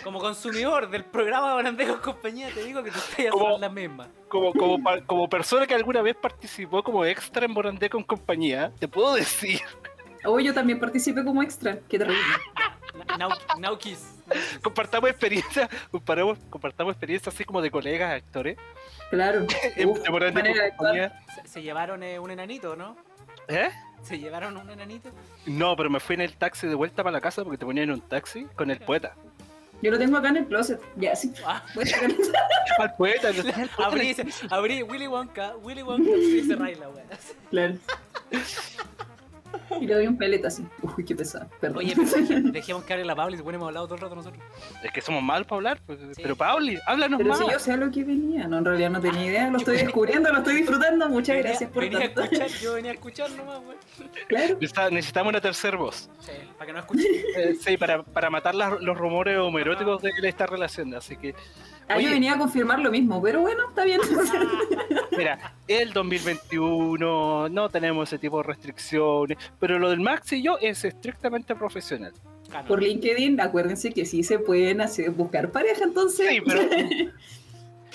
B: como consumidor del programa de Holandés Compañía, te digo que tus tallas
A: Como-
B: son las mismas.
A: como, como, pa- como persona que alguna vez participó como extra en Morandé con compañía, te puedo decir,
C: O yo también participé como extra, qué terrible.
B: Na- Now, now kiss. Now kiss.
A: compartamos experiencias, comparamos, compartamos experiencias así como de colegas actores
C: Claro.
A: Eh, en-
C: Uf,
A: de Morandé
C: manera de
A: con compañía.
B: Se, se llevaron eh, un enanito, ¿no?
A: ¿Eh?
B: Se llevaron un enanito.
A: No, pero me fui en el taxi de vuelta para la casa porque te ponía en un taxi con el poeta.
C: yo lo tengo acá en el closet. Ya, sí.
B: Ah,
C: Voy a sacar-
A: Al poeta, lo tenía al poeta.
B: abrí, se- abrí Willy Wonka, Willy Wonka, sí, cerráis la wea.
C: Claro. Y le doy un peleta así. Uy, qué pesado. Perdón.
B: Oye, pero dejemos- dejemos que hable la Pauli, bueno, hemos hablado todo el rato nosotros.
A: Es que somos mal para hablar, pues,
B: Sí.
A: pero Pauli, háblanos
C: Pero
A: más.
C: si yo sé a lo que venía, no, en realidad no
B: Ah,
C: tenía idea, lo estoy descubriendo, lo estoy disfrutando, muchas
B: Venía-
C: gracias por
B: venía
C: tanto.
B: a escuchar, yo venía a escuchar nomás, güey.
C: Claro,
A: Necesita- Necesitamos una tercera voz.
B: Sí, para que no escuchen.
A: Eh, sí, para, para matar las- los rumores homeróticos de esta relación. Así que,
C: Ah, yo
A: Oye.
C: venía a confirmar lo mismo, pero bueno, está bien.
A: mira, el 2021 no tenemos ese tipo de restricciones, pero lo del Max y yo es estrictamente profesional.
B: Canon.
C: Por LinkedIn, acuérdense que sí se pueden hacer, buscar pareja, entonces.
A: Sí, pero-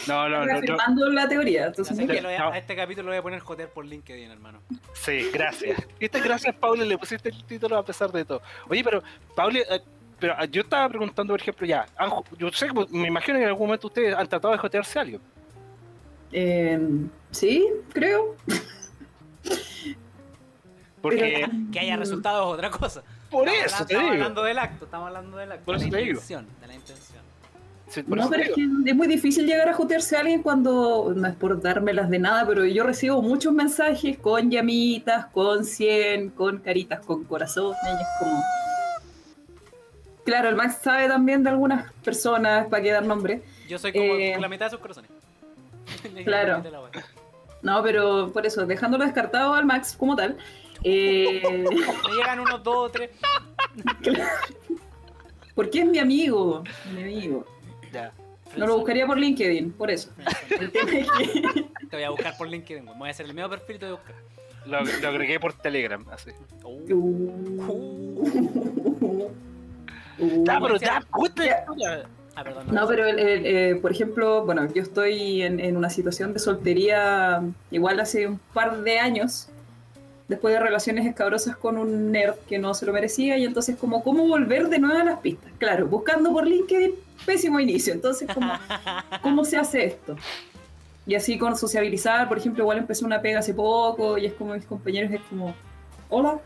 A: No, no, no, no.
C: reafirmando la teoría,
B: Ya
C: entonces
B: sé
C: muy
B: que
C: bien.
B: lo voy a-
A: No.
B: a este capítulo lo voy a poner joder por LinkedIn, hermano.
A: Sí, gracias. Viste, Este, gracias, Pauli, le pusiste el título a pesar de todo. Oye, pero, Pauli, eh, pero eh, yo estaba preguntando, por ejemplo, ya, han ju- yo sé que pues, me imagino que en algún momento ustedes han tratado de jotearse a alguien.
C: Eh, sí, creo.
A: Porque,
C: Pero-
B: Que haya resultado es otra cosa.
A: por
B: Estamos
A: eso te
B: hablando- Estamos
A: digo.
B: hablando del acto, estamos hablando del acto.
A: Por eso
B: de la
A: te digo.
B: intención, de la intención.
A: Sí, por
C: no,
A: eso te
C: pero es
A: digo.
C: que es muy difícil llegar a jotearse a alguien cuando, no es por dármelas de nada, pero yo recibo muchos mensajes con llamitas, con 100, con caritas, con corazones, y es como... Claro, el Max sabe también de algunas personas, para qué dar nombre.
B: Yo soy como
C: Eh,
B: la mitad de sus corazones.
C: claro.
B: De la wea.
C: No, pero por eso, dejándolo descartado al Max como tal. eh,
B: Me llegan unos dos o tres.
C: porque es mi amigo, mi amigo.
A: Ya.
C: No lo buscaría por LinkedIn, por eso. El tema es que-
B: Te voy a buscar por LinkedIn, güey. Me voy a hacer el mismo perfil y te voy a buscar.
A: Lo, lo agregué por Telegram, así.
B: Oh.
C: Uh.
A: Ya, pero
B: ya,
A: ya,
C: Ya.
B: Ah, perdón.
C: No, pero el- el, eh, por ejemplo, bueno, yo estoy en, en una situación de soltería igual hace un par de años, después de relaciones escabrosas con un nerd que no se lo merecía, y entonces como, ¿cómo volver de nuevo a las pistas? Claro, buscando por LinkedIn, pésimo inicio, entonces como, ¿cómo se hace esto? Y así con sociabilizar, por ejemplo, igual empecé una pega hace poco, y es como mis compañeros, es como, hola,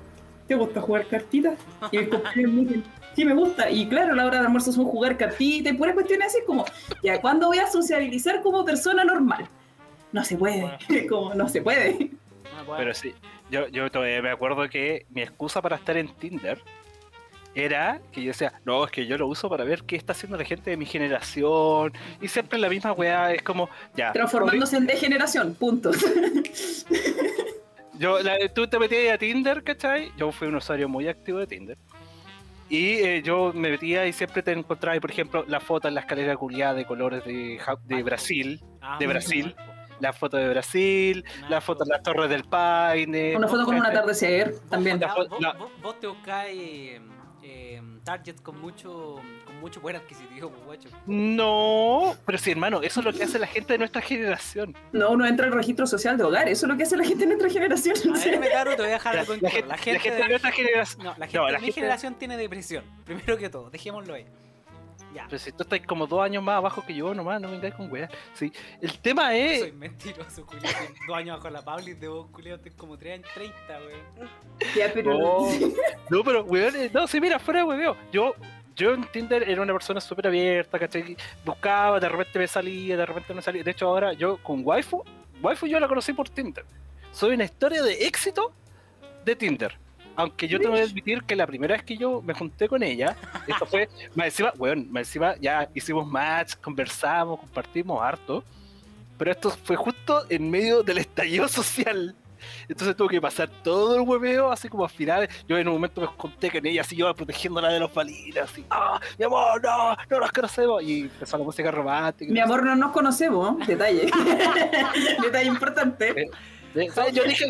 C: ¿te gusta jugar cartitas? Y mis compañeros me dicen, sí me gusta. Y claro, la hora de almuerzo son jugar cartitas y puras cuestiones así como, ya, ¿cuándo voy a sociabilizar como persona normal? No se puede, como no se puede.
B: Ah, bueno.
A: Pero sí, yo, yo todavía me acuerdo que mi excusa para estar en Tinder era que yo decía, no, es que yo lo uso para ver qué está haciendo la gente de mi generación. Y siempre la misma weá, es como, ya.
C: Transformándose en degeneración, punto.
A: Yo, la- tú te metías a Tinder, ¿cachai? Yo fui un usuario muy activo de Tinder. Y eh, yo me metía y siempre te encontraba, por ejemplo, la foto en la escalera culiada de colores de, Ja- de Brasil,
B: Ah,
A: de
B: muy
A: Brasil.
B: mal,
A: la foto de Brasil,
B: po.
A: la foto en las torres del Paine.
C: Una foto con un atardecer también.
A: La
B: Vos,
A: fo- la-
B: vos- vos te buscáis eh, em, targets con mucho, con mucho buen adquisitivo, pues, guacho.
A: No, pero sí, hermano, eso es lo que hace la gente de nuestra generación.
C: No, uno entra al registro social de hogar, eso es lo que hace la gente en nuestra generación.
B: A ver, me caro, te voy a dejar
A: La,
B: algo en
A: la
B: claro.
A: gente,
B: Ah, La
A: la
B: gente,
A: gente
B: de-
A: de nuestra generación.
B: no, la gente de
A: la
B: mi
A: gente-
B: generación tiene depresión, primero que todo, dejémoslo ahí. Ya,
A: Pero si tú estás como dos años más abajo que yo, nomás, no vengáis con weá. Sí, el tema es.
B: soy mentiroso, Julio. Dos años bajo la Pauli, de vos, Julio, estoy como tres años, 30, weón.
C: Ya, pero-
A: No, no, pero, weón, eh, no, sí, mira, fuera, weón. Yo, yo en Tinder era una persona súper abierta, ¿cachai? Buscaba, de repente me salía, de repente no salía. De hecho, ahora yo con Waifu, Waifu yo la conocí por Tinder. Soy una historia de éxito de Tinder. Aunque yo tengo que admitir que la primera vez que yo me junté con ella, esto fue, más encima, weón, más encima ya hicimos match, conversamos, compartimos harto. Pero esto fue justo en medio del estallido social. Entonces tuve que pasar todo el hueveo, así como a finales. Yo en un momento me conté con ella, así yo protegiéndola de los balines, así, ¡ah! ¡Mi amor, no! ¡No nos conocemos! Y empezó la música romántica.
C: Mi amor, no nos conocemos, detalle. detalle importante.
A: Eh, ¿sabes? Yo dije,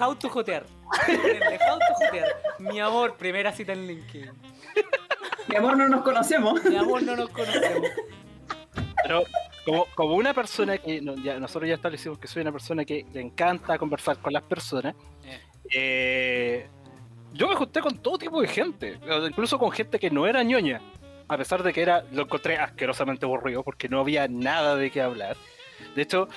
B: How to jotear. Ponle How to jotear. Mi amor, primera cita en LinkedIn.
C: Mi amor, no nos conocemos.
B: Mi amor, no nos conocemos.
A: pero como, como una persona que no- ya- nosotros ya establecimos que soy una persona que le encanta conversar con las personas,
B: Eh.
A: eh, yo me junté con todo tipo de gente, incluso con gente que no era ñoña. A pesar de que era, lo encontré asquerosamente aburrido porque no había nada de qué hablar. De hecho,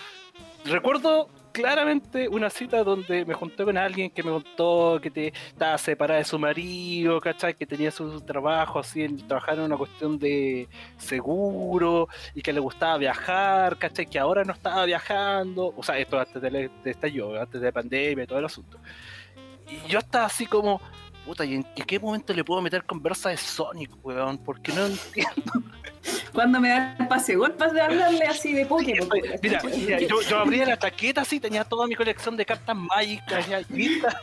A: recuerdo claramente una cita donde me junté con alguien que me contó que te, estaba separada de su marido, ¿cachai? Que tenía su trabajo, así, en, trabajar en una cuestión de seguro y que le gustaba viajar, ¿cachai? Que ahora no estaba viajando. O sea, esto antes del de estallido, antes de la pandemia y todo el asunto. Y yo estaba así como, puta, ¿y en qué- qué momento le puedo meter conversa de Sonic, weón? Porque no entiendo.
C: Cuando me da el pase gol, pase de hablarle así de Pokémon.
A: Mira, mira, yo, yo abría la chaqueta así, tenía toda mi colección de cartas mágicas ya listas.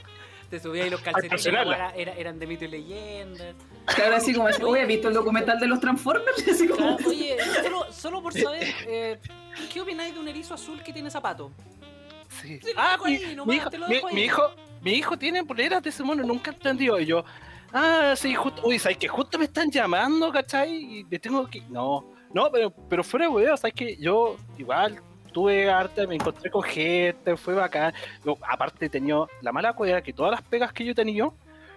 B: Te subía ahí los calcetines, la
A: presionarla.
B: weá era- eran de mito y leyendas.
C: Que ahora sí como, oye, ¿has visto el documental de los Transformers? Así como,
B: Claro, oye, solo, solo por saber, eh, ¿qué opináis de un erizo azul que tiene zapato?
A: Sí.
B: Te lo
A: Ah,
B: dejo
A: mi,
B: ahí, nomás,
A: mi hijo,
B: te lo
A: mi,
B: dejo ahí.
A: mi hijo, mi hijo tiene poleras de ese mono, nunca entendió. Y yo, ah, sí, justo, uy, ¿sabes que justo me están llamando, cachai? Y le tengo que. No, no, pero, pero fuera, weón, ¿sabes que Yo igual tuve arte, me encontré con gente, fue bacán. Yo, aparte, he tenido la mala cueva que todas las pegas que yo he tenido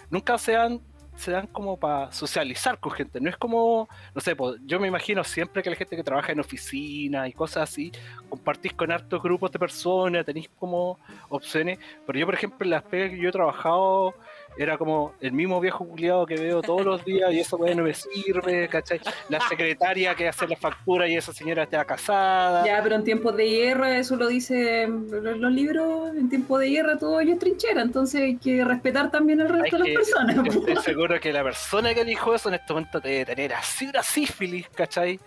A: nunca se dan se dan como para socializar con gente, no es como, no sé, pues, yo me imagino siempre que la gente que trabaja en oficina y cosas así, compartís con hartos grupos de personas, tenéis como opciones. Pero yo, por ejemplo, en las pegas que yo he trabajado, era como el mismo viejo culiado que veo todos los días y eso weá, no me sirve, ¿cachai? La secretaria que hace la factura y esa señora está casada.
C: ya, pero en tiempos de guerra, eso lo dicen los los libros, en tiempos de guerra todo ellos trinchera, entonces hay que respetar también el resto
A: Hay
C: de las
A: que-
C: personas.
A: Yo
C: po.
A: estoy seguro que la persona que dijo eso en este momento debe tener así una sífilis, ¿cachai?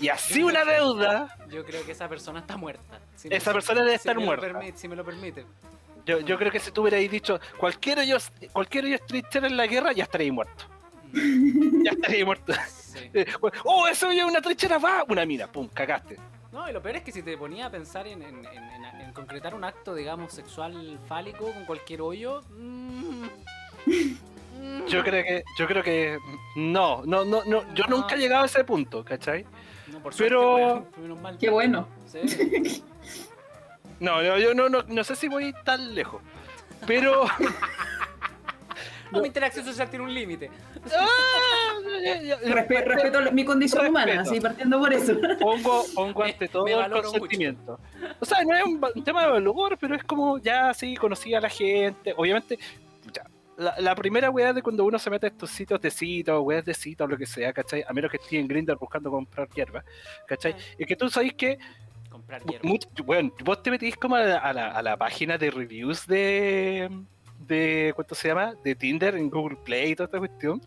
A: Y así una deuda,
B: Yo creo que esa persona está muerta. Si me-
A: esa persona debe estar
B: si me lo
A: muerta.
B: permite- si me lo permite.
A: Yo, yo creo que si tú hubierais dicho, cualquiera yo, cualquiera yo trinchera en la guerra, ya estaría muerto. Ya estaría muerto.
B: Sí.
A: Eh, ¡Oh, eso es una trinchera! ¡Va! Una mina, pum, cagaste.
B: No, y lo peor es que si te ponía a pensar en, en- en- en- en concretar un acto, digamos, sexual fálico con cualquier hoyo. mm, mm,
A: Yo creo que, yo creo que no, no, no, no, yo
B: No.
A: nunca he llegado a ese punto, ¿cachai?
B: no, por
A: pero-
B: suerte, weón, menos mal.
C: Qué bueno.
B: Sí.
A: No, no, yo no, no, no sé si voy tan lejos. Pero
B: No, mi interacción social tiene un límite.
A: ah, ya, ya, ya,
C: Respe- respeto la- mi condición humana,
A: Respeto.
C: así partiendo por eso.
A: pongo, pongo
B: Me-
A: ante todo
B: me
A: el
B: valoro mucho.
A: consentimiento. O sea, no es un, va- un tema de valor, pero es como ya sí, conocí a la gente. Obviamente, ya, la, la primera weá de cuando uno se mete a estos sitios de citas, weas de citas, lo que sea, ¿cachai? A menos que esté en Grindr buscando comprar hierba, ¿cachai?
B: Ah.
A: Es que tú sabes que
B: Comprar
A: Mu-
B: hierba.
A: mucho- bueno, vos te metís como a la, a la- a la página de reviews de, de. ¿Cuánto se llama? De Tinder en Google Play y toda esta cuestión.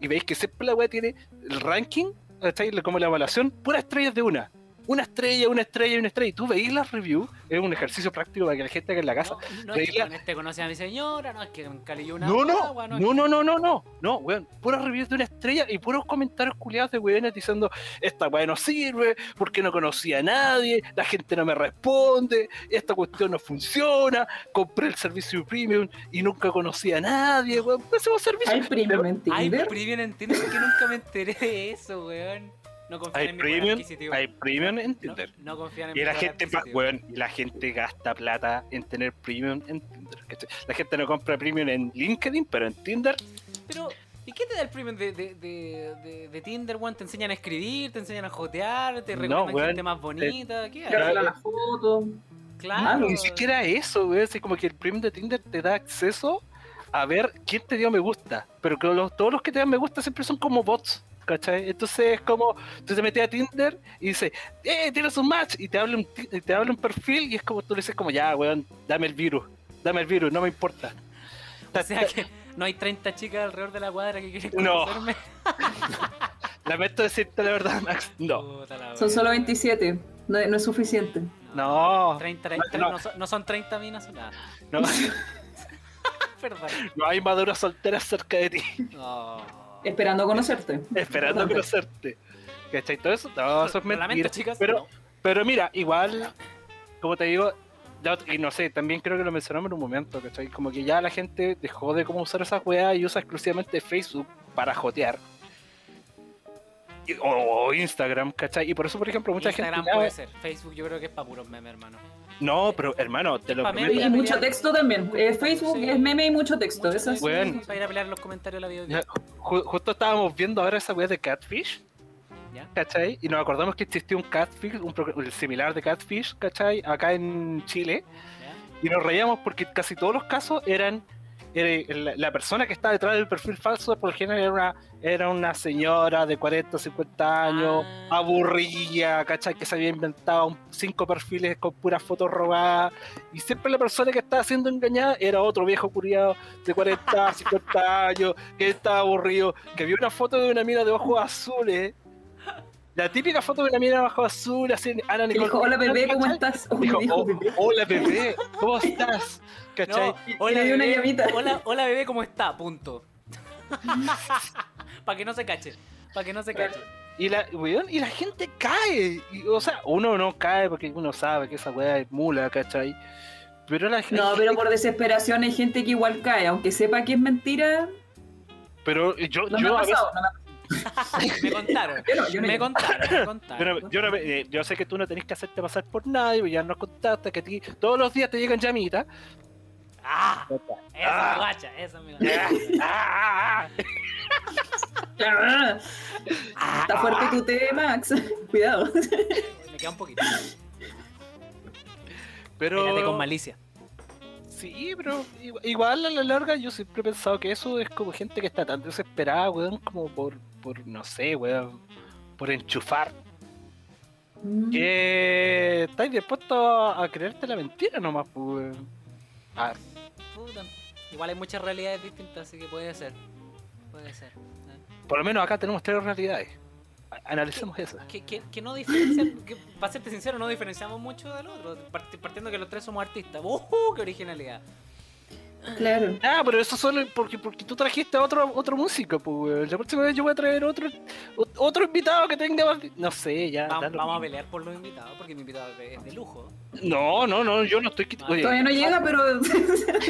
A: Y veis que siempre la weá tiene el ranking, ¿cachai? como la evaluación, puras estrellas de una. Una estrella, una estrella, una estrella. Y tú veis las reviews, es un ejercicio práctico para que la gente que en la casa.
B: No, no es que
A: Regla-
B: con este conoce a mi señora, no es que encalilló una
A: No, no,
B: agua,
A: no, no, no, no, no, no, weón. Puras reviews de una estrella y puros comentarios culiados de weones diciendo: Esta weá no sirve, porque no conocía a nadie, la gente no me responde, esta cuestión no funciona, compré el servicio premium y nunca conocí a nadie, weón. Ese es un servicio.
C: Hay premium en
B: Ay,
C: Tinder.
B: premium en Tinder, que nunca me enteré de eso, weón. No confían
A: Hay
B: en mi poder
A: premium,
B: adquisitivo.
A: hay premium en
B: No,
A: Tinder.
B: no confían en
A: Y
B: mi
A: la
B: poder
A: gente, pa-
B: adquisitivo.
A: weón, y la gente gasta plata en tener premium en Tinder. ¿cachai? La gente no compra premium en LinkedIn, pero en Tinder
B: Pero, ¿y qué te da el premium de, de, de, de, de Tinder, weón? ¿Te enseñan a escribir? ¿Te enseñan a jotear? ¿Te
A: No,
B: recomiendan
A: weón,
B: gente más bonita? ¿Qué
C: Te
A: Claro.
B: hay?
C: arreglan las fotos.
B: Claro.
A: Ah, Ni siquiera eso, güey. Así como que el premium de Tinder te da acceso a ver quién te dio me gusta. Pero que los- todos los que te dan me gusta siempre son como bots. ¿Cachai? Entonces es como, tú te metes a Tinder y dices, ¡eh, tienes un match! Y te habla un, ti- y te habla un perfil y es como tú le dices, como, ya, weón, dame el virus, dame el virus, no me importa.
B: O sea que no hay 30 chicas alrededor de la cuadra que quieren
A: No.
B: conocerme.
A: Lamento decirte la verdad, Max, no.
B: Puta la
C: Son
B: weá.
C: solo 27. No, no es suficiente.
A: No,
B: 30,
A: No,
B: tre-
A: no.
B: no son- no son 30 minas, nada.
A: no,
B: Perdón.
A: no hay maduras solteras cerca de ti,
B: No.
C: Esperando conocerte.
A: esperando conocerte. ¿Cachai? Todo eso, no, eso es
B: Lo
A: mentira.
B: lamento, chicas.
A: Pero-
B: no.
A: Pero mira, igual, como te digo, ya- y no sé, también creo que lo mencionamos en un momento, ¿cachai? Como que ya la gente dejó de cómo usar esas weas y usa exclusivamente Facebook para jotear. Y- O, o Instagram, ¿cachai? Y por eso, por ejemplo, mucha
B: Instagram pues.
A: gente. ya-
B: puede ser. Facebook yo creo que es para puros memes, hermano.
A: No, pero hermano, te lo
B: Pa' mí,
A: prometo.
C: Y mucho texto también. Eh, Facebook
B: Sí.
C: es meme y mucho texto.
B: Mucho
C: Eso es-
A: Bueno. Weón.
B: Para ir a pelear en los comentarios de la video.
A: Ya, ju- justo estábamos viendo ahora esa wea de Catfish.
B: Ya.
A: ¿Cachai? Y nos acordamos que existió un Catfish, un, pro- el similar de Catfish, ¿cachai? Acá en Chile.
B: ¿ya?
A: Y nos reíamos porque casi todos los casos eran era- la, la persona que está detrás del perfil falso por lo general era una, era una señora de 40, 50 años,
B: Ah.
A: aburrida, ¿cachai? Que se había inventado un- cinco perfiles con puras fotos robadas. Y siempre la persona que estaba siendo engañada era otro viejo curiado de 40, 50 años, que estaba aburrido, que vio una foto de una mina de ojos azules. La típica foto de una mina de ojos azules, así, Ana
C: Y le
A: Nicole.
C: dijo, hola bebé, ¿cómo
A: ¿cachai?
C: estás? Oh,
A: Dijo,
C: me dijo,
A: "Oh,
C: bebé.
A: hola bebé, ¿cómo estás? ¿Cachai?
B: No, hola,
C: le dio una
B: bebé,
C: llamita.
B: Hola, hola, bebé, ¿cómo está? Punto. Para que no se cache. Para que no se cache.
A: Y la, weón, y la gente cae. Y, o sea, uno no cae porque uno sabe que esa weá es mula, ¿cachai? Pero la gente.
C: No, pero por desesperación hay gente que igual cae, aunque sepa que es mentira.
A: pero yo,
C: No me
A: yo
C: ha
A: a veces-
C: pasado, no me ha
B: Me contaron.
C: Yo no, yo no
B: Me
C: llego.
B: contaron, me contaron.
A: Pero yo, no me- eh, yo sé que tú no tenés que hacerte pasar por nadie, ya nos contaste que a ti todos los días te llegan llamitas.
B: Ah, esa
A: Ah.
B: es guacha, esa es mi
A: Ah,
B: guacha.
A: ah, ah, ah.
C: Ah, Está fuerte tu té, Max. Cuidado.
B: Me queda un poquito. Mírate con
A: Pero.
B: malicia.
A: Sí, pero igu- igual a la larga yo siempre he pensado que eso es como gente que está tan desesperada, weón, como por, por no sé, weón, por enchufar. Que estáis dispuestos a creerte la mentira nomás, pues, weón. Ah,
B: Puta, Igual hay muchas realidades distintas, así que puede ser. Puede ser.
A: por lo menos acá tenemos tres realidades. A- Analicemos eso.
B: Que, que, que no diferencian, que, para serte sincero, no diferenciamos mucho del otro. part- Partiendo que los tres somos artistas. ¡Uh! ¡Qué originalidad!
C: Claro.
A: Ah, pero eso solo porque, porque tú trajiste a otro, otro músico, pues, weón. La próxima vez yo voy a traer otro, o- otro invitado que tenga más... No sé, ya.
B: Vam-
A: da Ah,
B: Vamos,
A: lo
B: a
A: mismo.
B: pelear por los invitados, porque mi invitado es de lujo.
A: No, no, no, yo no estoy
B: Ah,
A: quitando... Oye,
C: Todavía no llega, pero.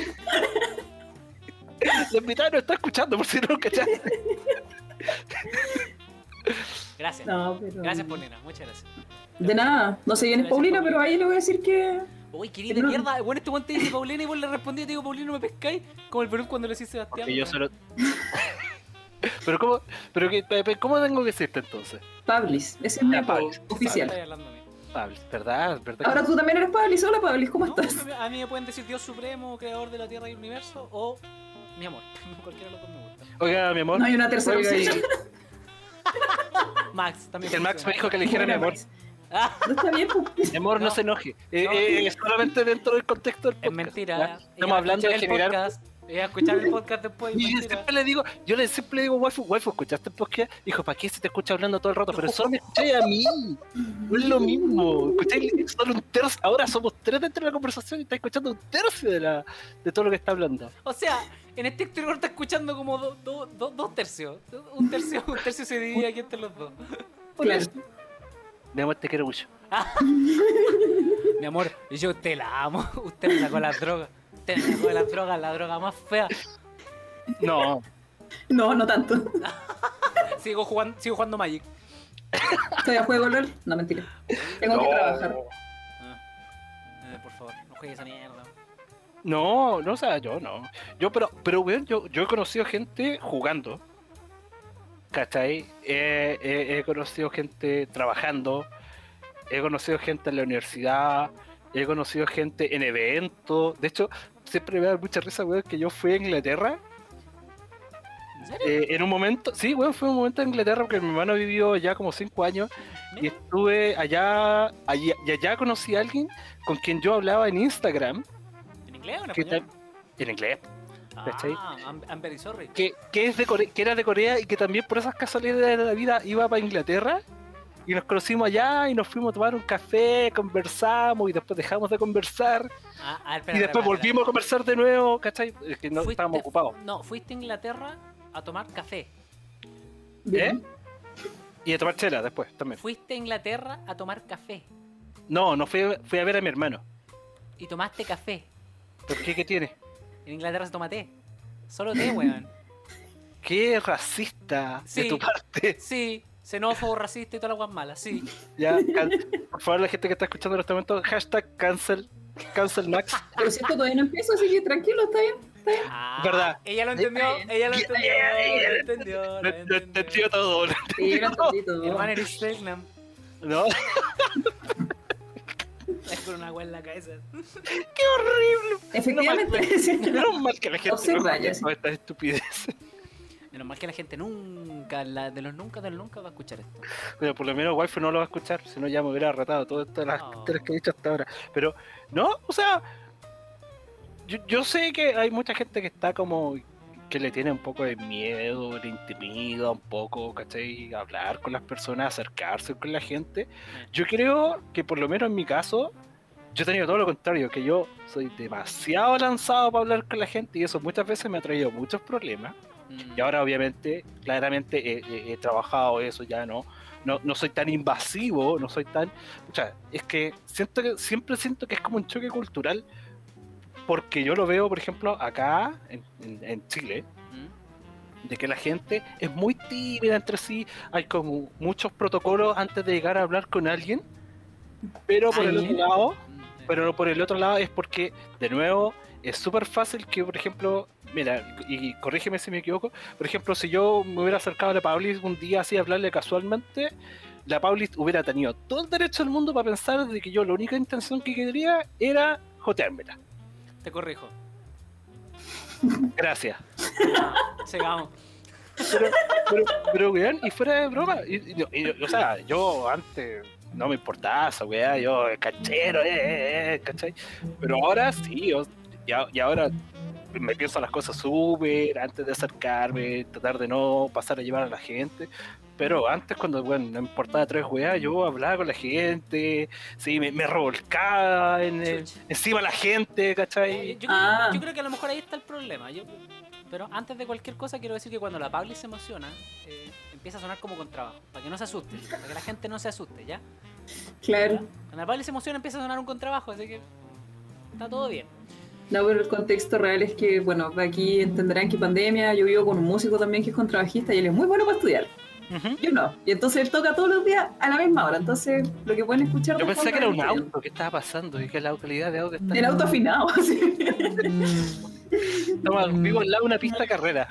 A: La invitada no está escuchando, por si no, ¿cachai?
B: Gracias.
C: No, pero.
B: Gracias, Paulina. Muchas gracias.
C: De nada. No sé quién es
B: Gracias,
C: Paulina,
B: Paulina.
C: pero ahí le voy a decir que.
B: Uy, querido de
C: No.
B: mierda. Bueno, este guante dice Paulina y vos le respondí y te digo, Paulina, no me pescáis. Como el Perú cuando le decís Sebastián.
A: Porque yo
B: weón.
A: solo. pero cómo, pero que, pe- pe- ¿cómo tengo que decirte entonces?
C: Pablis. Ese es mi
A: Ah,
C: apodo
A: Pablis.
C: oficial.
B: Estás hablando a mí.
A: Pablo, ¿verdad? ¿Verdad?
C: Ahora tú también eres Pablis. Hola, Pablis, ¿cómo
B: No,
C: estás?
B: a mí me pueden decir Dios supremo, creador de la tierra y el universo, o mi amor. Cualquiera de los dos me gusta.
A: Oiga, mi amor.
C: No hay una tercera
A: Oiga, y-
C: opción.
B: Max también.
A: el Max me
B: funciona.
A: dijo que le dijera mi
C: Buena,
A: amor.
C: Max.
B: Ah,
C: No está bien, pues.
A: Mi amor, no,
B: No.
A: se enoje. Eh,
B: No.
A: eh, solamente dentro del contexto del podcast.
B: es mentira.
A: ¿ya?
B: Ella va
A: Estamos
B: a
A: hablando de
B: escuchar el
A: generar.
B: podcast, ella va a escuchar el podcast después.
A: Y yo
B: mentira.
A: siempre le digo, yo le siempre le digo, waifu, waifu, ¿escuchaste el podcast? Dijo, ¿para qué se te escucha hablando todo el rato? Pero solo me escuché a mí. No es lo mismo. Escuché solo un tercio. Ahora somos tres dentro de la conversación y está escuchando un tercio de, la, de todo lo que está hablando.
B: O sea, en este exterior está escuchando como do- do- do- dos tercios. Un tercio, un tercio se divide aquí entre los dos.
C: Claro.
A: Mi amor, te quiero mucho.
B: Mi amor, yo te la amo. Usted me sacó las drogas. Usted me sacó de las drogas, la droga más fea.
A: No,
C: No, no tanto.
B: Sigo jugando, sigo jugando Magic.
C: Estoy a juego, LOL. No, mentira. Tengo que
A: No.
C: trabajar.
B: Ah. Eh, por favor, no juegues esa mierda.
A: No, no, o sea, yo no. Yo, pero, pero, weón, yo, yo he conocido gente jugando. ¿Cachai? Eh, eh, he conocido gente trabajando. He conocido gente en la universidad. He conocido gente en eventos. De hecho, siempre me da mucha risa, weón, que yo fui a Inglaterra.
B: ¿En serio?
A: eh, en un momento, sí, weón, fue un momento en Inglaterra porque mi hermano vivió ya como cinco años. Y
B: Mira,
A: estuve allá, allí- y allá conocí a alguien con quien yo hablaba en Instagram,
B: ¿En inglés o en
A: ¿Qué
B: español?
A: en inglés. ¿Cachai?
B: Ah, I'm, I'm very sorry.
A: que, que es de Core- que era de Corea y que también por esas casualidades de la vida iba para Inglaterra y nos conocimos allá y nos fuimos a tomar un café, conversamos y después dejamos de conversar
B: Ah,
A: y
B: ah, espera, espera,
A: después
B: espera, espera.
A: volvimos a conversar de nuevo, ¿cachai? Es que no
B: Fuiste-
A: estábamos ocupados.
B: No, fuiste a Inglaterra a tomar café.
A: ¿Eh?
C: Bien.
A: Y a tomar chela después también.
B: Fuiste a Inglaterra a tomar café.
A: No, no fui, fui a ver a mi hermano.
B: Y tomaste café.
A: ¿Por qué? ¿Qué tiene?
B: En Inglaterra se toma té. Solo té, weón.
A: Qué racista de
B: Sí.
A: tu parte.
B: Sí, xenófobo, racista y todas las guas malas. Sí.
A: Ya, can- por favor, la gente que está escuchando en este momento, hashtag cancel, cancel Max.
C: Pero si esto todavía no empieza, así que tranquilo, está bien.
B: Ah,
A: Verdad.
B: Ella lo entendió, ella lo entendió, lo entendió,
A: Lo
B: lo
A: lo
B: entendió.
A: entendió todo. lo
C: Sí,
A: entendió
C: era
A: todo.
C: tantito.
B: Hermano, eres Selknam.
A: No.
B: con una agua en la cabeza.
A: ¡Qué horrible!
C: Efectivamente. sí.
A: Menos mal que la gente
C: Observa,
A: no
C: ya
A: conoce
C: sé.
A: estas estupideces.
B: Menos mal que la gente nunca, la de los nunca, de los nunca va a escuchar esto.
A: Pero por lo menos Waifu no lo va a escuchar, si no ya me hubiera retado todas estas las
B: No.
A: tonteras que he dicho hasta ahora. Pero, no, o sea, yo, yo sé que hay mucha gente que está como que le tiene un poco de miedo, le intimida un poco, ¿cachai? Hablar con las personas, acercarse con la gente. Yo creo que por lo menos en mi caso, yo he tenido todo lo contrario, que yo soy demasiado lanzado para hablar con la gente y eso muchas veces me ha traído muchos problemas.
B: Mm.
A: Y ahora obviamente, claramente he, he- he trabajado eso, ya no, no, no soy tan invasivo, no soy tan... O sea, es que, siento que siempre siento que es como un choque cultural, porque yo lo veo, por ejemplo, acá en, en- en Chile,
B: Mm.
A: de que la gente es muy tímida entre sí, hay como muchos protocolos antes de llegar a hablar con alguien, pero por el
C: Ay.
A: otro lado
B: Mm, sí.
A: pero por el otro lado es porque, de nuevo, es súper fácil que, por ejemplo, mira, y y corrígeme si me equivoco, por ejemplo, si yo me hubiera acercado a la Paulis un día así a hablarle casualmente, la Paulis hubiera tenido todo el derecho del mundo para pensar de que yo la única intención que quería era joteármela.
B: Te corrijo.
A: Gracias.
B: Sigamos.
A: Pero, pero, pero, weón, y fuera de broma, y- y- y- o sea, yo antes no me importaba esa weá, yo eh, canchero, eh, eh, eh, ¿cachai? Pero ahora sí, yo- y, a- y ahora me pienso las cosas súper antes de acercarme, tratar de no pasar a llevar a la gente. Pero antes, cuando bueno, no me importaba tres weas, yo hablaba con la gente, sí, me, me revolcaba en el-
B: Chucha.
A: encima de la gente,
B: Eh,
A: ¿cachai?
B: Yo, creo-
C: Ah.
B: yo creo que a lo mejor ahí está el problema. Yo, pero antes de cualquier cosa, quiero decir que cuando la Pabli se emociona, eh, empieza a sonar como con trabajo. Para que no se asuste, para que la gente no se asuste, ¿ya?
C: Claro.
B: Cuando la Pabli se emociona, empieza a sonar un contrabajo, así que está todo bien.
C: No, pero el contexto real es que, bueno, aquí entenderán que pandemia, yo vivo con un músico también que es contrabajista y él es muy bueno para estudiar.
A: Ujú.
C: Yo no. Y entonces él toca todos los días a la misma hora. Entonces, lo que pueden escuchar.
A: Yo
C: de
A: pensé
C: fondo
A: que era
C: es
A: un
C: él.
A: auto, ¿qué estaba pasando? ¿Y que la calidad de audio está
C: El auto afinado, sí.
A: Estamos vivo al lado de una pista de carrera.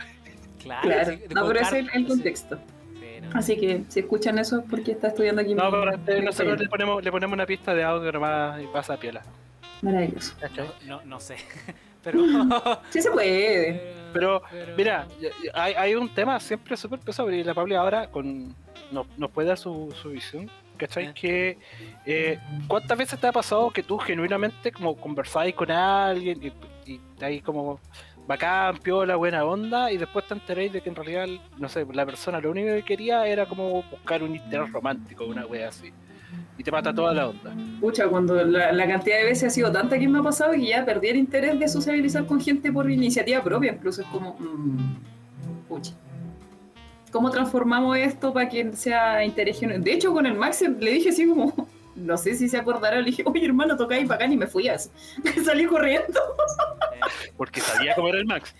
B: Claro.
C: Claro.
B: así que-
C: No,
B: con
C: pero ese es
B: cartas,
C: el
B: así.
C: contexto.
B: Sí, no.
C: Así que si escuchan eso es porque está estudiando aquí.
A: No,
C: mi-
A: pero este,
C: mi
A: nosotros le
C: experiencia.
A: ponemos, le ponemos una pista de audio nomás y pasa a piola.
C: Maravilloso.
B: No, no sé. Pero.
C: Sí se puede.
A: Pero, Mira, y- y hay, hay un tema siempre súper pesado y la Pablo ahora con, nos, nos puede dar su, su visión. ¿Cachai?
B: Ya.
A: Que, eh, ¿Cuántas veces te ha pasado que tú genuinamente como conversáis con alguien y, y ahí como bacán, piola, buena onda y después te enteréis de que en realidad, no sé, la persona lo único que quería era como buscar un interés romántico, una wea así. Y te mata toda la onda.
C: Pucha, cuando la, la cantidad de veces ha sido tanta que me ha pasado que ya perdí el interés de sociabilizar con gente por iniciativa propia. Incluso es como. mm, pucha. ¿Cómo transformamos esto para que sea interés genuino? De hecho, con el Max le dije así como. No sé si se acordará, le dije, oye hermano, toca ahí para acá y me fui así. Salí corriendo.
A: Porque sabía cómo era el Max.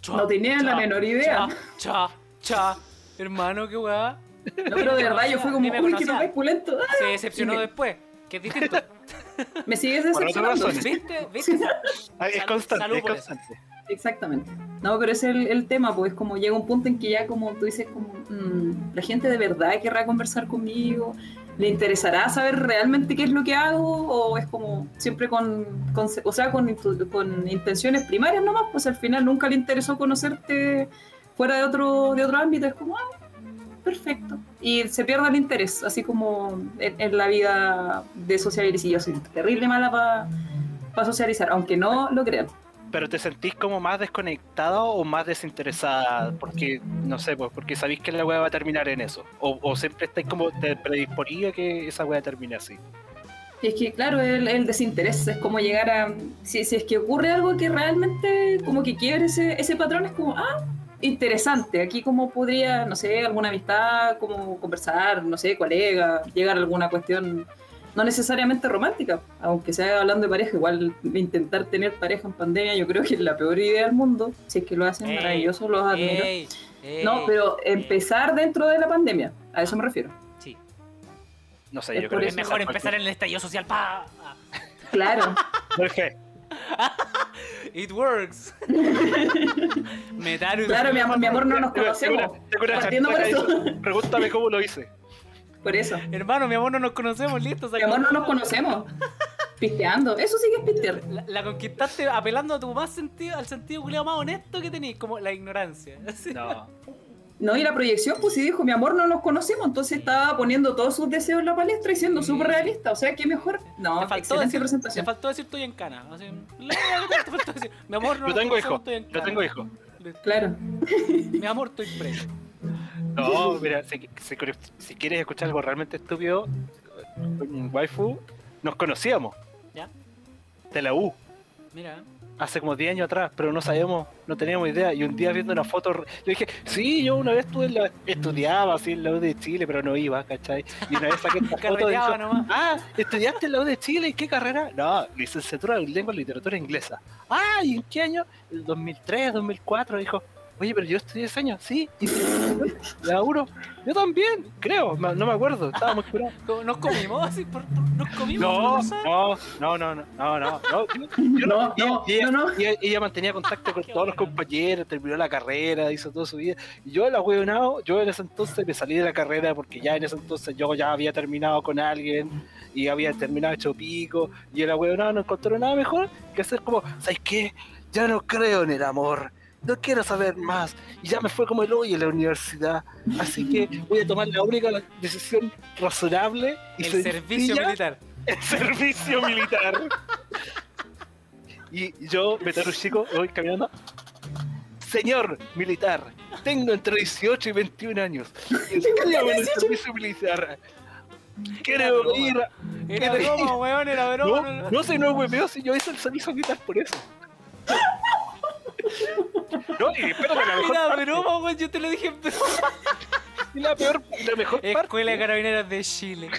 B: Chua,
C: No tenía la
B: chua,
C: menor idea.
B: Cha, cha, cha. Hermano, qué weá.
C: No, pero de verdad yo fui como,
B: Ni me
C: uy, que
B: conocía".
C: toca pulento. Ah,
B: Se decepcionó
C: Sí.
B: después. Que es distinto.
C: Me sigues
A: Por otra
C: decepcionando.
A: razón.
B: ¿Viste? ¿Viste?
A: Ah, Es
B: Sal-
A: constante,
B: salud
A: es
B: por eso.
A: constante.
C: Exactamente. No, pero ese es el, el tema, pues como llega un punto en que ya como tú dices, como mm, la gente de verdad querrá conversar conmigo, le interesará saber realmente qué es lo que hago o es como siempre con, con- o sea, con, intu- con intenciones primarias nomás, pues al final nunca le interesó conocerte fuera de otro, de otro ámbito, es como, ah, perfecto. Y se pierde el interés, así como en, en la vida de sociabilizar. Y yo soy terrible mala para socializar, aunque no lo crean.
A: Pero te sentís como más desconectado o más desinteresada, porque no sé, pues porque sabéis que la weá va a terminar en eso. O, o siempre estáis como te predisponís a que esa weá termine así.
C: Y es que, claro, el, el desinterés es como llegar a... Si, si es que ocurre algo que realmente como que quiebre ese, ese patrón, es como, ah, interesante. Aquí como podría, no sé, alguna amistad, como conversar, no sé, colega, llegar a alguna cuestión no necesariamente romántica, aunque sea hablando de pareja, igual intentar tener pareja en pandemia yo creo que es la peor idea del mundo. Si es que lo hacen
B: Ey,
C: maravilloso, los admiro.
B: Ey, ey.
C: no, pero empezar dentro de la pandemia, a eso me refiero.
B: Sí.
A: No sé,
C: Es
A: yo creo
C: por
A: que
B: Es mejor empezar en el estallido social. Pa.
C: Claro.
A: Jorge,
B: It works. Me dan un-
C: Claro, mi amor, mi amor, no nos
A: tengo- tengo una-
C: conocemos.
A: tengo una
C: Partiendo por
A: chaqueta que
C: eso.
A: dice, Pregúntame cómo lo hice.
C: Por eso.
B: Hermano, mi amor, no nos conocemos. Listo. se
C: Mi amor, no
B: acabó.
C: nos conocemos. Pisteando. Eso sí que es pistear.
B: La, la conquistaste apelando a tu más sentido, al sentido culiao más honesto que tenéis, como la ignorancia. Así.
A: No.
C: No, y la proyección, pues sí dijo, mi amor, no los conocemos, entonces estaba poniendo todos sus deseos en la palestra y siendo
B: Sí.
C: súper realista, o sea, qué mejor. No,
B: Mm. Te faltó,
C: excelente
B: decir, te
C: presentación.
B: faltó decir estoy en cana. Así, te faltó decir, mi amor, no
A: Yo tengo
B: no
A: hijo,
B: estoy en
A: Yo
B: cana".
A: tengo hijo.
B: Listo.
C: Claro.
B: Mi amor, estoy preso.
A: No, mira, si, si- si quieres escuchar algo realmente estúpido, con waifu, nos conocíamos.
B: Ya.
A: De la U.
B: Mira,
A: hace como 10 años atrás, pero no sabíamos, no teníamos idea. Y un día viendo una foto, yo dije, sí, yo una vez estuve en la- estudiaba así en la U de Chile, pero no iba, ¿cachai? Y una vez saqué esta foto y
B: carreteaba
A: dijo,
B: nomás.
A: ah, ¿estudiaste en la U de Chile? ¿Y qué carrera? No, licenciatura en lengua y literatura inglesa. Ah, ¿y en qué año? El 2003, 2004, dijo. Oye, pero yo estudié ese año, sí. ¿Y la uno? Yo también, creo, ma- no me acuerdo, estaba muy curado.
B: Co- Nos comimos así, por- por- nos comimos.
A: No,
B: ¿sabes?
A: no, no, no, no, no, no, no, yo- yo no,
C: No, no,
A: y- y-
C: no, no.
A: y ella, ella mantenía contacto con
B: Ah, Qué
A: todos los
B: bueno.
A: compañeros, terminó la carrera, hizo toda su vida. Y yo, la huevonao, yo en ese entonces me salí de la carrera porque ya en ese entonces yo ya había terminado con alguien y había terminado hecho pico. Y la huevonao no encontró nada mejor que hacer como, ¿sabes qué? Ya no creo en el amor. No quiero saber más. Y ya me fue como el hoyo en la universidad. Así que voy a tomar la única decisión razonable y
B: El servicio
A: sencilla,
B: militar.
A: el servicio militar. Y yo, Betaru Chico, voy caminando. Señor militar, tengo entre 18 y 21 años. Estudiame en el servicio militar.
B: Era
A: Quiero
B: broma.
A: ir. a-
B: Era
A: ¿Qué te-
B: broma, weón, era broma. no, no.
A: No, no sé, no hueveo si yo hice el servicio militar por eso. No, y espérate, la mejor
B: Era
A: parte,
B: broma, weón, yo te lo dije en broma.
A: y la peor, y la mejor parte.
B: Escuela de Carabineros de Chile.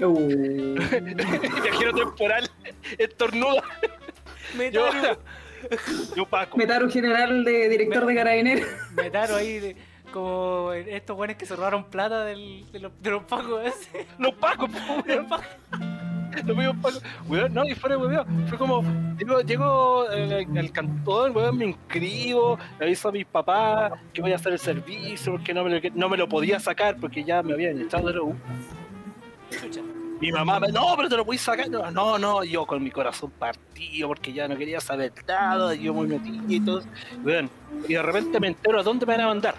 C: Uh.
A: Viajero temporal, estornuda. Yo,
B: Metaron,
A: yo Paco.
C: Metaru general de director de carabineros.
B: metaron ahí de- como estos weones que se robaron plata del, de, los, de los pacos. ese.
A: Los Paco, po,
B: De
A: weón.
B: los pacos.
A: Lo mismo Paco. Weón, no, y fuera, de weón. Fue como, llego, llego eh, al, al cantón, weón, me inscribo, le aviso a mis papás que voy a hacer el servicio, porque no me lo, que- no me lo podía sacar, porque ya me habían echado de la U.
B: Chucha.
A: Mi mamá me, no, pero te lo podís sacar. No, no, no, yo con mi corazón partido, porque ya no quería saber nada, yo muy metido y todo. Weón, y de repente me entero a dónde me van a mandar.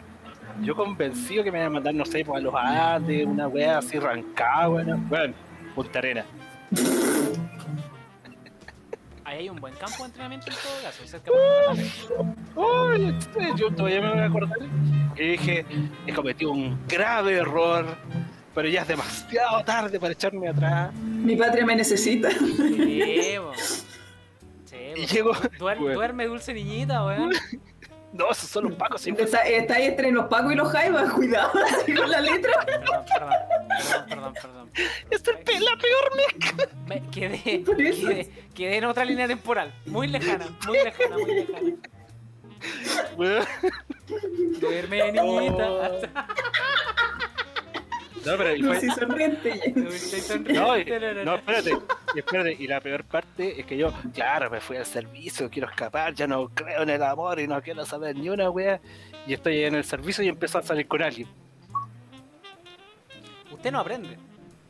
A: Yo convencido que me van a mandar, no sé, pues, a los Andes, una weá así arrancada, weón. Weón, Punta Arena.
B: Ahí hay un buen campo de entrenamiento en todo caso. cerca
A: Ah.
B: de Punta Cana.
A: Ay, este, yo todavía me voy a acordar. Y dije, he cometido un grave error, pero ya es demasiado tarde para echarme atrás.
C: Mi patria me necesita.
B: Sí, bo. Sí,
A: Y
B: bo.
A: llego,
B: Duer-
A: Bueno.
B: Duerme dulce niñita, weón.
A: no, esos son los pacos. sí,
B: pues.
C: Está, está ahí entre los Paco y los Jaivas, cuidado así con la letra.
B: Perdón, perdón, perdón, perdón, perdón.
A: es el pe- la peor mezcla.
B: Me quedé,
C: Por eso.
B: quedé, quedé en otra línea temporal. Muy lejana, muy lejana, muy lejana.
A: weón.
B: Duerme de
A: Oh.
B: niñita. hasta-
A: No, pero y
C: No,
A: fue-
C: sí, sonriente.
B: dulce y sonriente,
A: no, y-
B: tararara.
A: no, espérate, y espérate. Y la peor parte es que yo, claro, me fui al servicio, quiero escapar, ya no creo en el amor y no quiero saber ni una wea. Y estoy en el servicio y empiezo a salir con alguien.
B: Usted no aprende.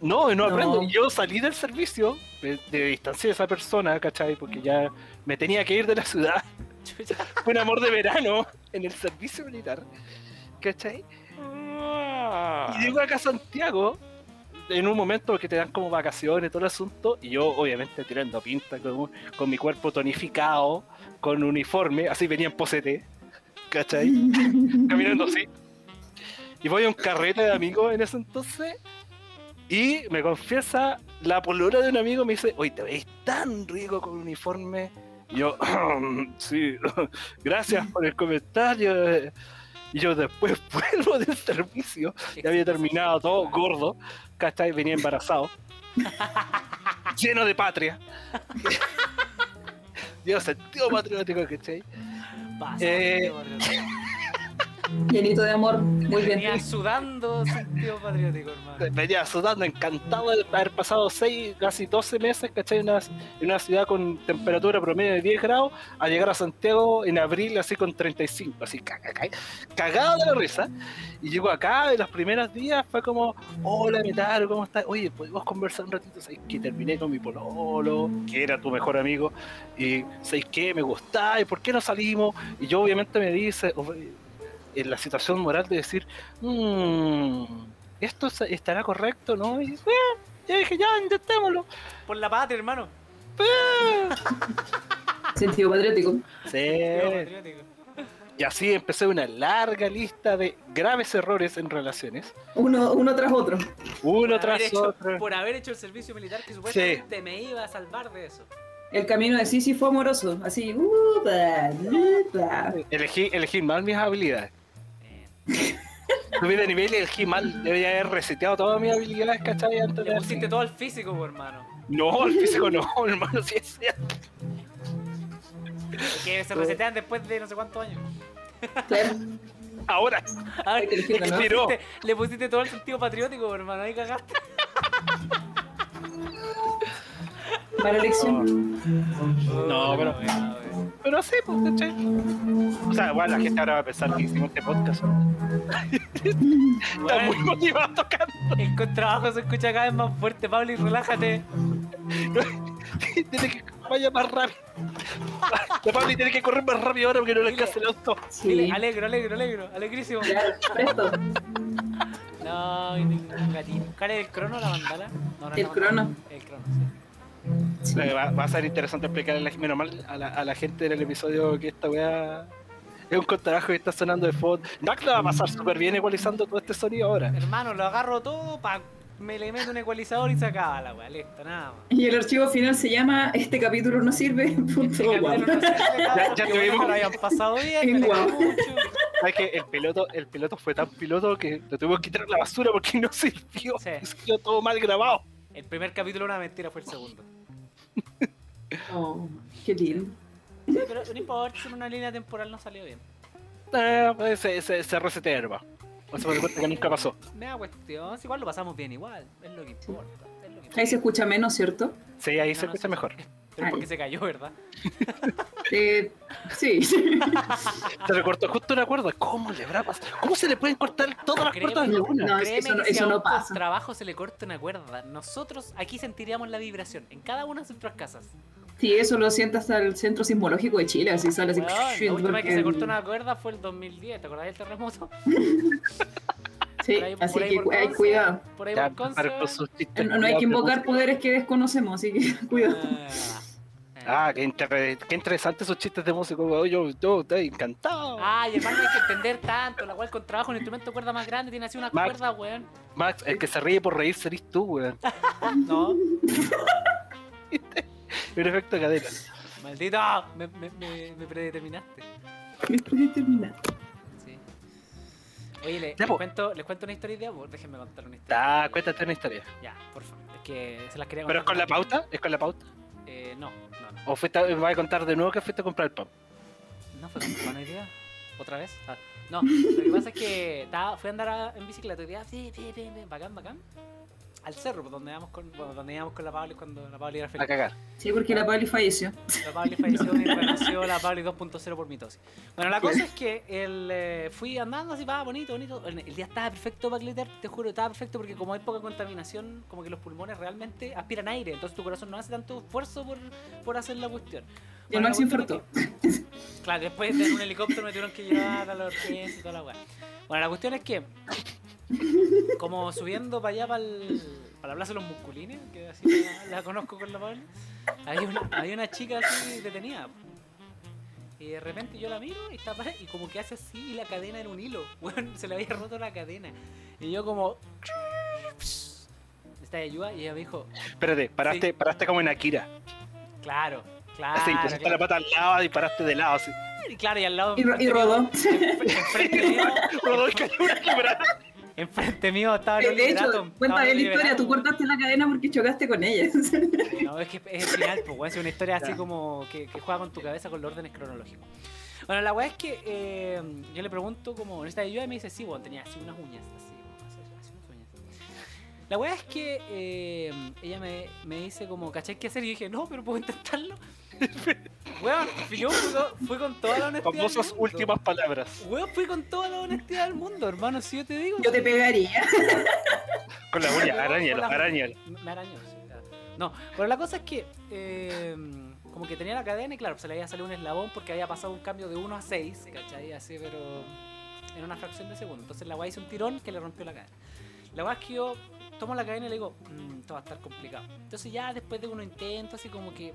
A: No, y no
C: No.
A: aprendo. Y Yo salí del servicio, de, de distancia de esa persona, ¿cachai? Porque ya me tenía que ir de la ciudad.
B: Chucha.
A: Fue un amor de verano en el servicio militar, ¿cachai?
B: Ah.
A: Y llego acá a Santiago en un momento que te dan como vacaciones, todo el asunto, y yo obviamente tirando pinta con, con mi cuerpo tonificado, con uniforme, así venía en posete, ¿cachai? caminando así. Y voy a un carrete de amigos en ese entonces. Y me confiesa la polola de un amigo. Me dice: Oye, te veis tan rico con uniforme. Y yo, sí, gracias por el comentario. eh". Y yo después vuelvo del servicio. Ya había terminado todo gordo. ¿Cachai? Venía embarazado. lleno de patria. Dios, sentido patriótico, ¿cachai?
B: Pasa,
A: Eh.
B: por Dios.
C: Llenito de amor,
B: Mm.
C: muy bien.
B: Venía sudando sentido patriótico, hermano.
A: Venía sudando, encantado de haber pasado 6, casi 12 meses, ¿cachai? En una, en una ciudad con temperatura promedio de 10 grados, a llegar a Santiago en abril, así con 35, así ca- ca- ca- cagado de la risa. Y llego acá y los primeros días fue como, hola, Metaro, ¿cómo estás? Oye, ¿podemos conversar un ratito? ¿Sabes que terminé con mi pololo, que era tu mejor amigo? Y ¿sabes qué? Me gustaba, ¿y por qué no salimos? Y yo obviamente me dice, en la situación moral de decir, "Mm, esto se- estará correcto, ¿no? Y eh, yo dije, ya, intentémoslo.
B: Por la patria, hermano.
C: Sentido patriótico.
B: Sentido
A: Sí.
B: patriótico.
A: Y así empecé una larga lista de graves errores en relaciones,
C: Uno, uno tras otro.
A: uno
B: Por haber
A: tras
B: hecho-
A: otro.
B: Por haber hecho el servicio militar que supuestamente me iba a salvar de eso.
C: El camino de Sisi fue amoroso. Así, uh, bla, bla, bla.
A: Elegí, elegí mal mis habilidades.
B: Eh,
A: Subí de nivel y elegí mal. Debería haber reseteado todas mis habilidades, ¿cachai? Antes
B: Le
A: de-
B: pusiste todo al físico, po, hermano.
A: No, el físico no, hermano, sí es cierto.
B: Que se resetean después de no sé cuántos años.
C: Claro,
A: Ahora,
B: Ah,
C: hay que elegirlo, ¿no?
A: miró.
B: te- le pusiste todo el sentido patriótico, po, hermano. Ahí cagaste.
C: Mala elección.
A: No, pero-
B: bueno, bueno.
A: Pero así, pues, ¿cachai? O sea, igual la gente ahora va a pensar que hicimos este podcast. Está muy
B: Bueno,
A: motivado tocando.
B: El contrabajo se escucha cada vez más fuerte, Pablo, y relájate.
A: tiene que vaya más rápido. La Pablo tiene que correr más rápido ahora porque no le alcanza el auto.
C: Sí.
B: Dile, alegro, alegro, alegro, alegrísimo.
C: Claro, presto.
B: No, y ningún gatito. ¿Cuál es el crono, la mandala? No, no es
C: El
B: la mandala.
C: crono.
B: El crono, sí.
C: Sí.
A: Eh, Va, va a ser interesante explicarle a la Jimena Mal a la, a la gente en el episodio que esta weá es un contrabajo que está sonando de fondo. Nacta va a pasar súper bien ecualizando todo este sonido ahora.
B: Hermano, lo agarro todo, pa, me le meto un ecualizador y se acaba la wea, listo, nada más.
C: Y el archivo final se llama Este capítulo no sirve. Punto
B: Este capítulo
C: guau.
B: no se hace nada,
A: Ya- ya
B: porque
A: tuvimos-
B: bueno, lo habían pasado bien, me
C: En
B: alegré
C: guau.
B: mucho.
A: ¿Sabes que el piloto, el piloto fue tan piloto que lo tuvimos que quitar a la basura porque no sirvió.
B: Sí.
A: Se quedó todo mal grabado.
B: El primer capítulo una mentira fue el segundo.
C: Oh, qué lindo.
B: Sí, pero no importa, si en una línea temporal no salió bien.
A: Eh, pues, se, se, se resetea, hermano. O sea, por cuenta que nunca pasó.
B: Me da cuestión, si igual lo pasamos bien igual, es lo que importa. es lo que importa.
C: Ahí se escucha menos, ¿cierto?
A: Sí, ahí
B: No,
A: se
B: no,
A: escucha
B: sí.
A: mejor.
B: Pero es porque se cayó, ¿verdad?
C: Eh, sí.
A: Se recortó justo una cuerda. ¿Cómo le habrá pasado? ¿Cómo se le pueden cortar todas las
B: Creo-
A: cuerdas de una?
C: No,
B: Créeme
C: eso no-
B: que si
C: eso
B: a
C: no
B: un
C: pasa.
B: trabajo se le corta una cuerda, nosotros aquí sentiríamos la vibración en cada una de nuestras casas.
C: Sí, eso lo siento hasta el centro sismológico de Chile, así sale así.
B: Weón, la última vez que
C: porque-
B: se cortó una cuerda fue el 2010, ¿te acordás del terremoto?
C: Sí,
B: por ahí- por
C: así
B: ahí
C: que
B: por
C: hay
B: Conce.
C: cuidado.
B: Por ahí
A: Ya,
B: por Conce,
A: para con
B: weón.
A: sus chistes,
C: No, no hay
A: cuidado,
C: que invocar
A: pero-
C: poderes que desconocemos, así que cuidado.
B: Ah,
A: Ah, qué, inter- qué interesante esos chistes de músico. weón. Yo, yo estoy encantado.
B: Ay, hermano, hay que entender tanto. La cual con trabajo en instrumento de cuerda más grande tiene así una
A: Max.
B: cuerda, weón.
A: Max, el que se ríe por reír serís tú, weón.
B: No,
A: Un efecto cadena.
B: maldito, me, me, me, me predeterminaste. Ah.
C: Después de terminar.
B: Sí. Oye, le-
A: Ya,
B: les,
A: po.
B: cuento, les cuento una historia de amor. Déjenme contar una historia.
A: Ah, cuéntate una historia.
B: Ya, por favor. Es que se las quería
A: ¿Pero es con la
B: pausa?
A: pauta? ¿Es con la pauta?
B: Eh, no, no, no.
A: ¿O fuiste, me vas a contar de nuevo que fuiste a comprar el pan?
B: No fue con buena idea. ¿Otra vez? Ah, no, lo que pasa es que estaba, fui a andar a- en bicicleta y dije, ah, sí, sí, sí, sí, bacán, bacán. Al cerro, por donde íbamos con, bueno, donde íbamos con la Pablo cuando la Pablo era
A: A
B: feliz.
A: cagar.
C: Sí, porque la Pali falleció.
B: La Pablo falleció y renació la Pablo 2.0 por mitosis. Bueno, la cosa es que el, eh, fui andando así, va, bonito, bonito. El, el día estaba perfecto para glitter, te juro, estaba perfecto porque como hay poca contaminación, como que los pulmones realmente aspiran aire, entonces tu corazón no hace tanto esfuerzo por, por hacer la cuestión.
C: Y el
B: Bueno,
C: Max
B: la cuestión
C: infartó.
B: es que- Claro, después de un helicóptero me tuvieron que llevar a la orquesta y toda la weá. Bueno, la cuestión es que, como subiendo para allá, para, para la plaza de los musculines, que así la, la conozco con la Paula, había una, había una chica así detenida. Y de repente yo la miro y, está, para- y como que hace así y la cadena en un hilo. Bueno, se le había roto la cadena. Y yo como... Necesita ayuda y ella me dijo,
A: Espérate, paraste,
B: Sí. Ah,
A: paraste como en Akira.
B: claro, claro.
A: Así, pusiste
B: claro".
A: la pata al lado y paraste de lado así.
B: Y claro, y al lado.
C: Y, ro- y
B: enfrente
C: rodó.
B: mío- Enfrente mío,
A: Rodolfo cayó una quebrada.
B: enfrente mío estaba el
C: De hecho, cuenta bien la historia. Tú cortaste la cadena porque chocaste con ella.
B: No, es que es el final, pues, weón, es una historia así
A: Ya.
B: como que, que juega con tu cabeza con los órdenes cronológicos. Bueno, la weá es que eh, yo le pregunto como, ¿necesitas ayuda? Y me dice, sí, bueno, tenía así unas uñas, así, así, así unas uñas. La weá es que eh, ella me, me dice como, ¿cachai qué hacer? Y yo dije, no, pero puedo intentarlo. Weón, yo fui con, fui con toda la honestidad. del
A: Famosas
B: mundo.
A: últimas palabras.
B: Weón, fui con toda la honestidad del mundo, hermano, si yo te digo.
C: Yo te pegaría.
A: Con la uña, arañalo,
B: Con la-
A: arañalo.
B: Me arañó, sí, claro. No, pero la cosa es que eh, como que tenía la cadena y claro, se le había salido un eslabón porque había pasado un cambio de 1 a 6, ¿cachai? Así, pero en una fracción de segundo. Entonces la weá hizo un tirón que le rompió la cadena. La weá es que yo tomo la cadena y le digo, "Mm, esto va a estar complicado. Entonces ya después de unos intentos, así como que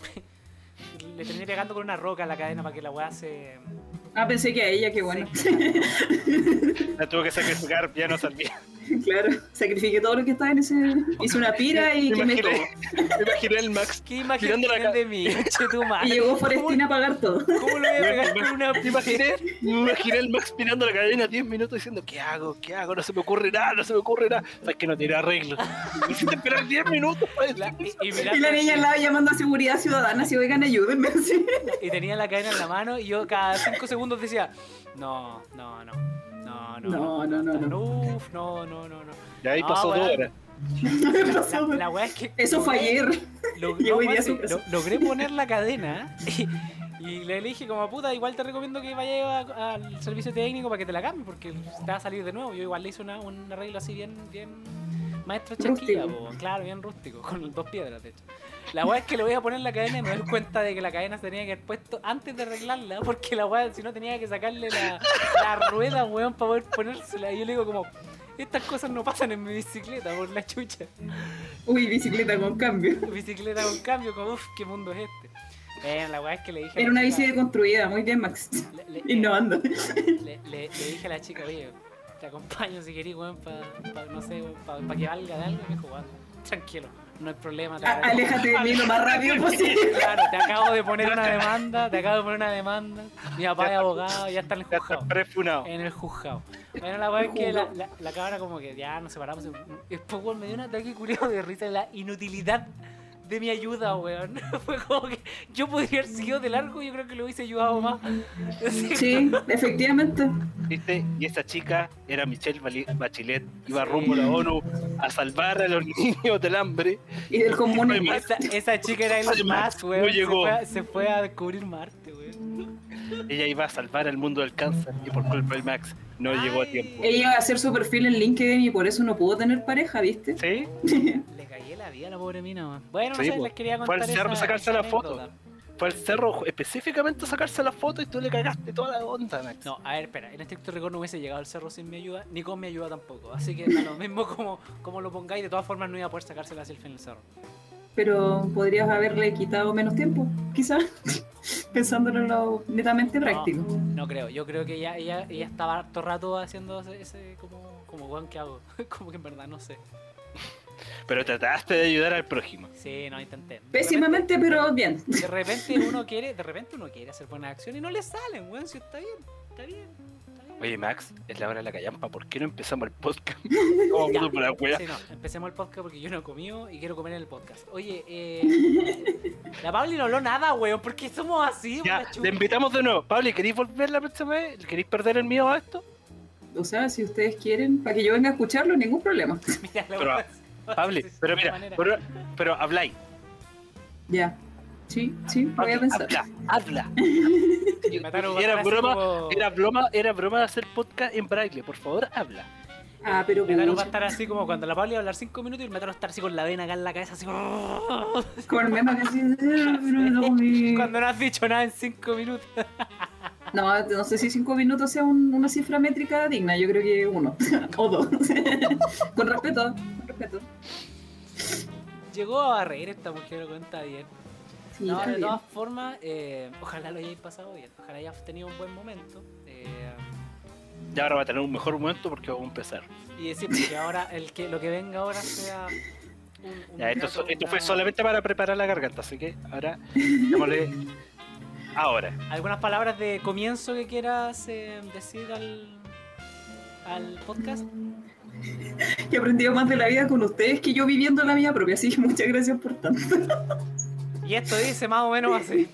B: le terminé pegando con una roca a la cadena para que la weá se...
C: Ah, pensé que a ella, qué bueno.
A: La tuvo que sacrificar, ya no salía.
C: claro, sacrifiqué todo lo que estaba en ese. Hice una pira y que me
A: imaginé, me imaginé el Max.
B: ¿Qué imagen
A: Tirando la
B: tienen
A: ca-
B: de mí? Che, tu madre.
C: Y llegó este,
B: ¿Cómo,
C: Forestina a pagar todo.
B: cómo lo voy a pegar con una
A: Me imaginé, me imaginé el Max mirando la cadena 10 minutos diciendo, ¿qué hago? ¿Qué hago? No se me ocurre nada, no se me ocurre nada. Sabes que no tiene arreglo. Me hiciste esperar 10 minutos para
B: La-
A: decir.
B: y, y mirando
C: Y la niña al
B: así,
C: lado llamando a seguridad ciudadana, si oigan, ayúdenme. así.
B: y tenía la cadena en la mano y yo cada cinco segundos decía, no, no, no, no, no,
C: No, no, no, no.
B: uf, no, no, no, no.
A: Y ahí
B: Ah,
A: pasó
B: bueno.
A: dos horas.
B: La-
C: pasó,
B: La, la weá es que
C: Eso fue ayer.
B: lo-
C: Llegó hoy
B: no,
C: día
B: sí,
C: su casa.
B: lo- logré poner la cadena y, y le dije como puta, igual te recomiendo que vayas a- al servicio técnico para que te la cambien porque te va a salir de nuevo. Yo igual le hice una, un arreglo así bien, bien maestro chanquilla,
C: Rústico.
B: po, claro, bien rústico, con dos piedras de hecho. La weá es que le voy a poner la cadena y me doy cuenta de que la cadena se tenía que haber puesto antes de arreglarla, porque la weá, si no tenía que sacarle la, la rueda, weón, para poder ponérsela. Y yo le digo como, estas cosas no pasan en mi bicicleta, por la chucha
C: Uy, bicicleta con cambio.
B: bicicleta con cambio, como uff, qué mundo es este. Eh, la weá es que le dije. a
C: Era
B: la
C: una
B: chica-
C: bici deconstruida, muy bien, Max.
B: le- le-
C: Innovando.
B: Le, le- le dije a la chica, oye, te acompaño si querís, weón, para no sé, para que valga de algo. Y me dijo, "Weón, tranquilo, no hay problema. te
C: A-
B: agradezco".
C: aléjate de mí lo más rápido posible.
B: Claro, te acabo de poner una demanda, te acabo de poner una demanda. Mi papá es abogado, ya está en el
A: Ya está
B: juzgado.
A: prefunado.
B: En el juzgado. Bueno, la weá es que la, la, la cabra como que ya nos separamos. y Después, weón, me dio un ataque curioso de risa de la inutilidad de mi ayuda, weón. Fue como que yo podría haber seguido de largo y yo creo que lo hubiese ayudado más. Así-
C: Sí, efectivamente.
A: ¿Viste? Y esa chica era Michelle Bali- Bachelet. Iba rumbo a la ONU a salvar a los niños del hambre.
C: Y del comunismo.
B: Esa, esa chica era
A: Ay,
B: el
A: Max,
B: más,
A: no
B: weón. se,
A: llegó.
B: fue a, se fue a descubrir Marte, weón.
A: Ella iba a salvar al mundo del cáncer. Y por culpa del Max no llegó a
B: Ay.
A: tiempo.
C: Ella iba a hacer su perfil en LinkedIn y por eso no pudo tener pareja, ¿viste?
A: ¿Sí?
B: Le cagué la vida a la pobre mina, weón. Bueno,
A: Sí,
B: no sé,
A: po.
B: les quería
A: Fue
B: contar.
A: al cerro a
B: esa-
A: sacarse
B: esa
A: la foto.
B: anécdota.
A: Fue al cerro específicamente a sacarse la foto y tú le cagaste toda la onda, Max.
B: No, a ver, espera, en estricto rigor no hubiese llegado al cerro sin mi ayuda, ni con mi ayuda tampoco. Así que a lo mismo como, como lo pongáis, de todas formas no iba a poder sacarse la selfie en el cerro.
C: Pero podrías haberle quitado menos tiempo, quizás. Pensándolo en lo netamente práctico.
B: No creo, yo creo que ella, ella, ella estaba todo rato haciendo ese, ese como, como weón que hago. como que en verdad no sé.
A: Pero trataste de ayudar al prójimo.
B: Sí, no intenté. De
C: Pésimamente, pero bien.
B: repente- De repente uno quiere, de repente uno quiere hacer buenas acciones y no le salen, weón, si está bien, está bien, está bien.
A: Oye, Max, es la hora de la callampa. ¿Por qué no empezamos el podcast? Como
B: Ya.
A: mundo por la wea.
B: Sí, no, empecemos el podcast porque yo no he comido y quiero comer en el podcast. Oye, eh, la Pauli no habló nada, weón, porque somos así,
A: Ya,
B: weón, chucha.
A: te invitamos de nuevo. Pablo, ¿queréis volver la próxima vez? ¿Queréis perder el miedo a esto?
C: O sea, si ustedes quieren, para que yo venga a escucharlo, ningún problema.
B: Mira, la
A: Pero, ah,
B: weá.
A: Pablo,
B: Sí, sí,
A: pero
B: de
A: mira,
B: manera.
A: pero, pero habláis.
C: Ya. Sí, sí, lo voy
A: Pablo,
C: a pensar.
A: Habla, habla.
B: Mataron
A: Era
B: una frase
A: broma,
B: como-
A: Era broma, era broma de hacer podcast en braille. Por favor, habla.
C: Ah, pero
B: Mataron va a
C: pucha,
B: estar así como cuando la Pauli va a hablar 5 minutos y el Mataron va a estar así con la vena acá en la cabeza, así como...
C: con el meme que así, "Eh, pero no comí".
B: Cuando no has dicho nada en 5 minutos.
C: No, no sé si cinco minutos sea un- una cifra métrica digna, yo creo que uno o dos. con respeto, con respeto.
B: Llegó a reír esta mujer, lo cuenta bien.
C: Sí,
B: No,
C: está
B: de
C: bien.
B: todas formas, eh, ojalá lo hayáis pasado bien. Ojalá hayáis tenido un buen momento. Eh,
A: Ya ahora va a tener un mejor momento porque vamos a empezar.
B: y decir que ahora el que, lo que venga ahora sea... un- un
A: Ya, esto, so-
B: plato,
A: esto
B: una-
A: fue solamente para preparar la garganta, así que ahora démosle. Ahora.
B: ¿Algunas palabras de comienzo que quieras eh, decir al, al podcast?
C: Que he aprendido más de la vida con ustedes que yo viviendo la mía propia, así que muchas gracias por tanto.
B: Y esto dice más o menos así.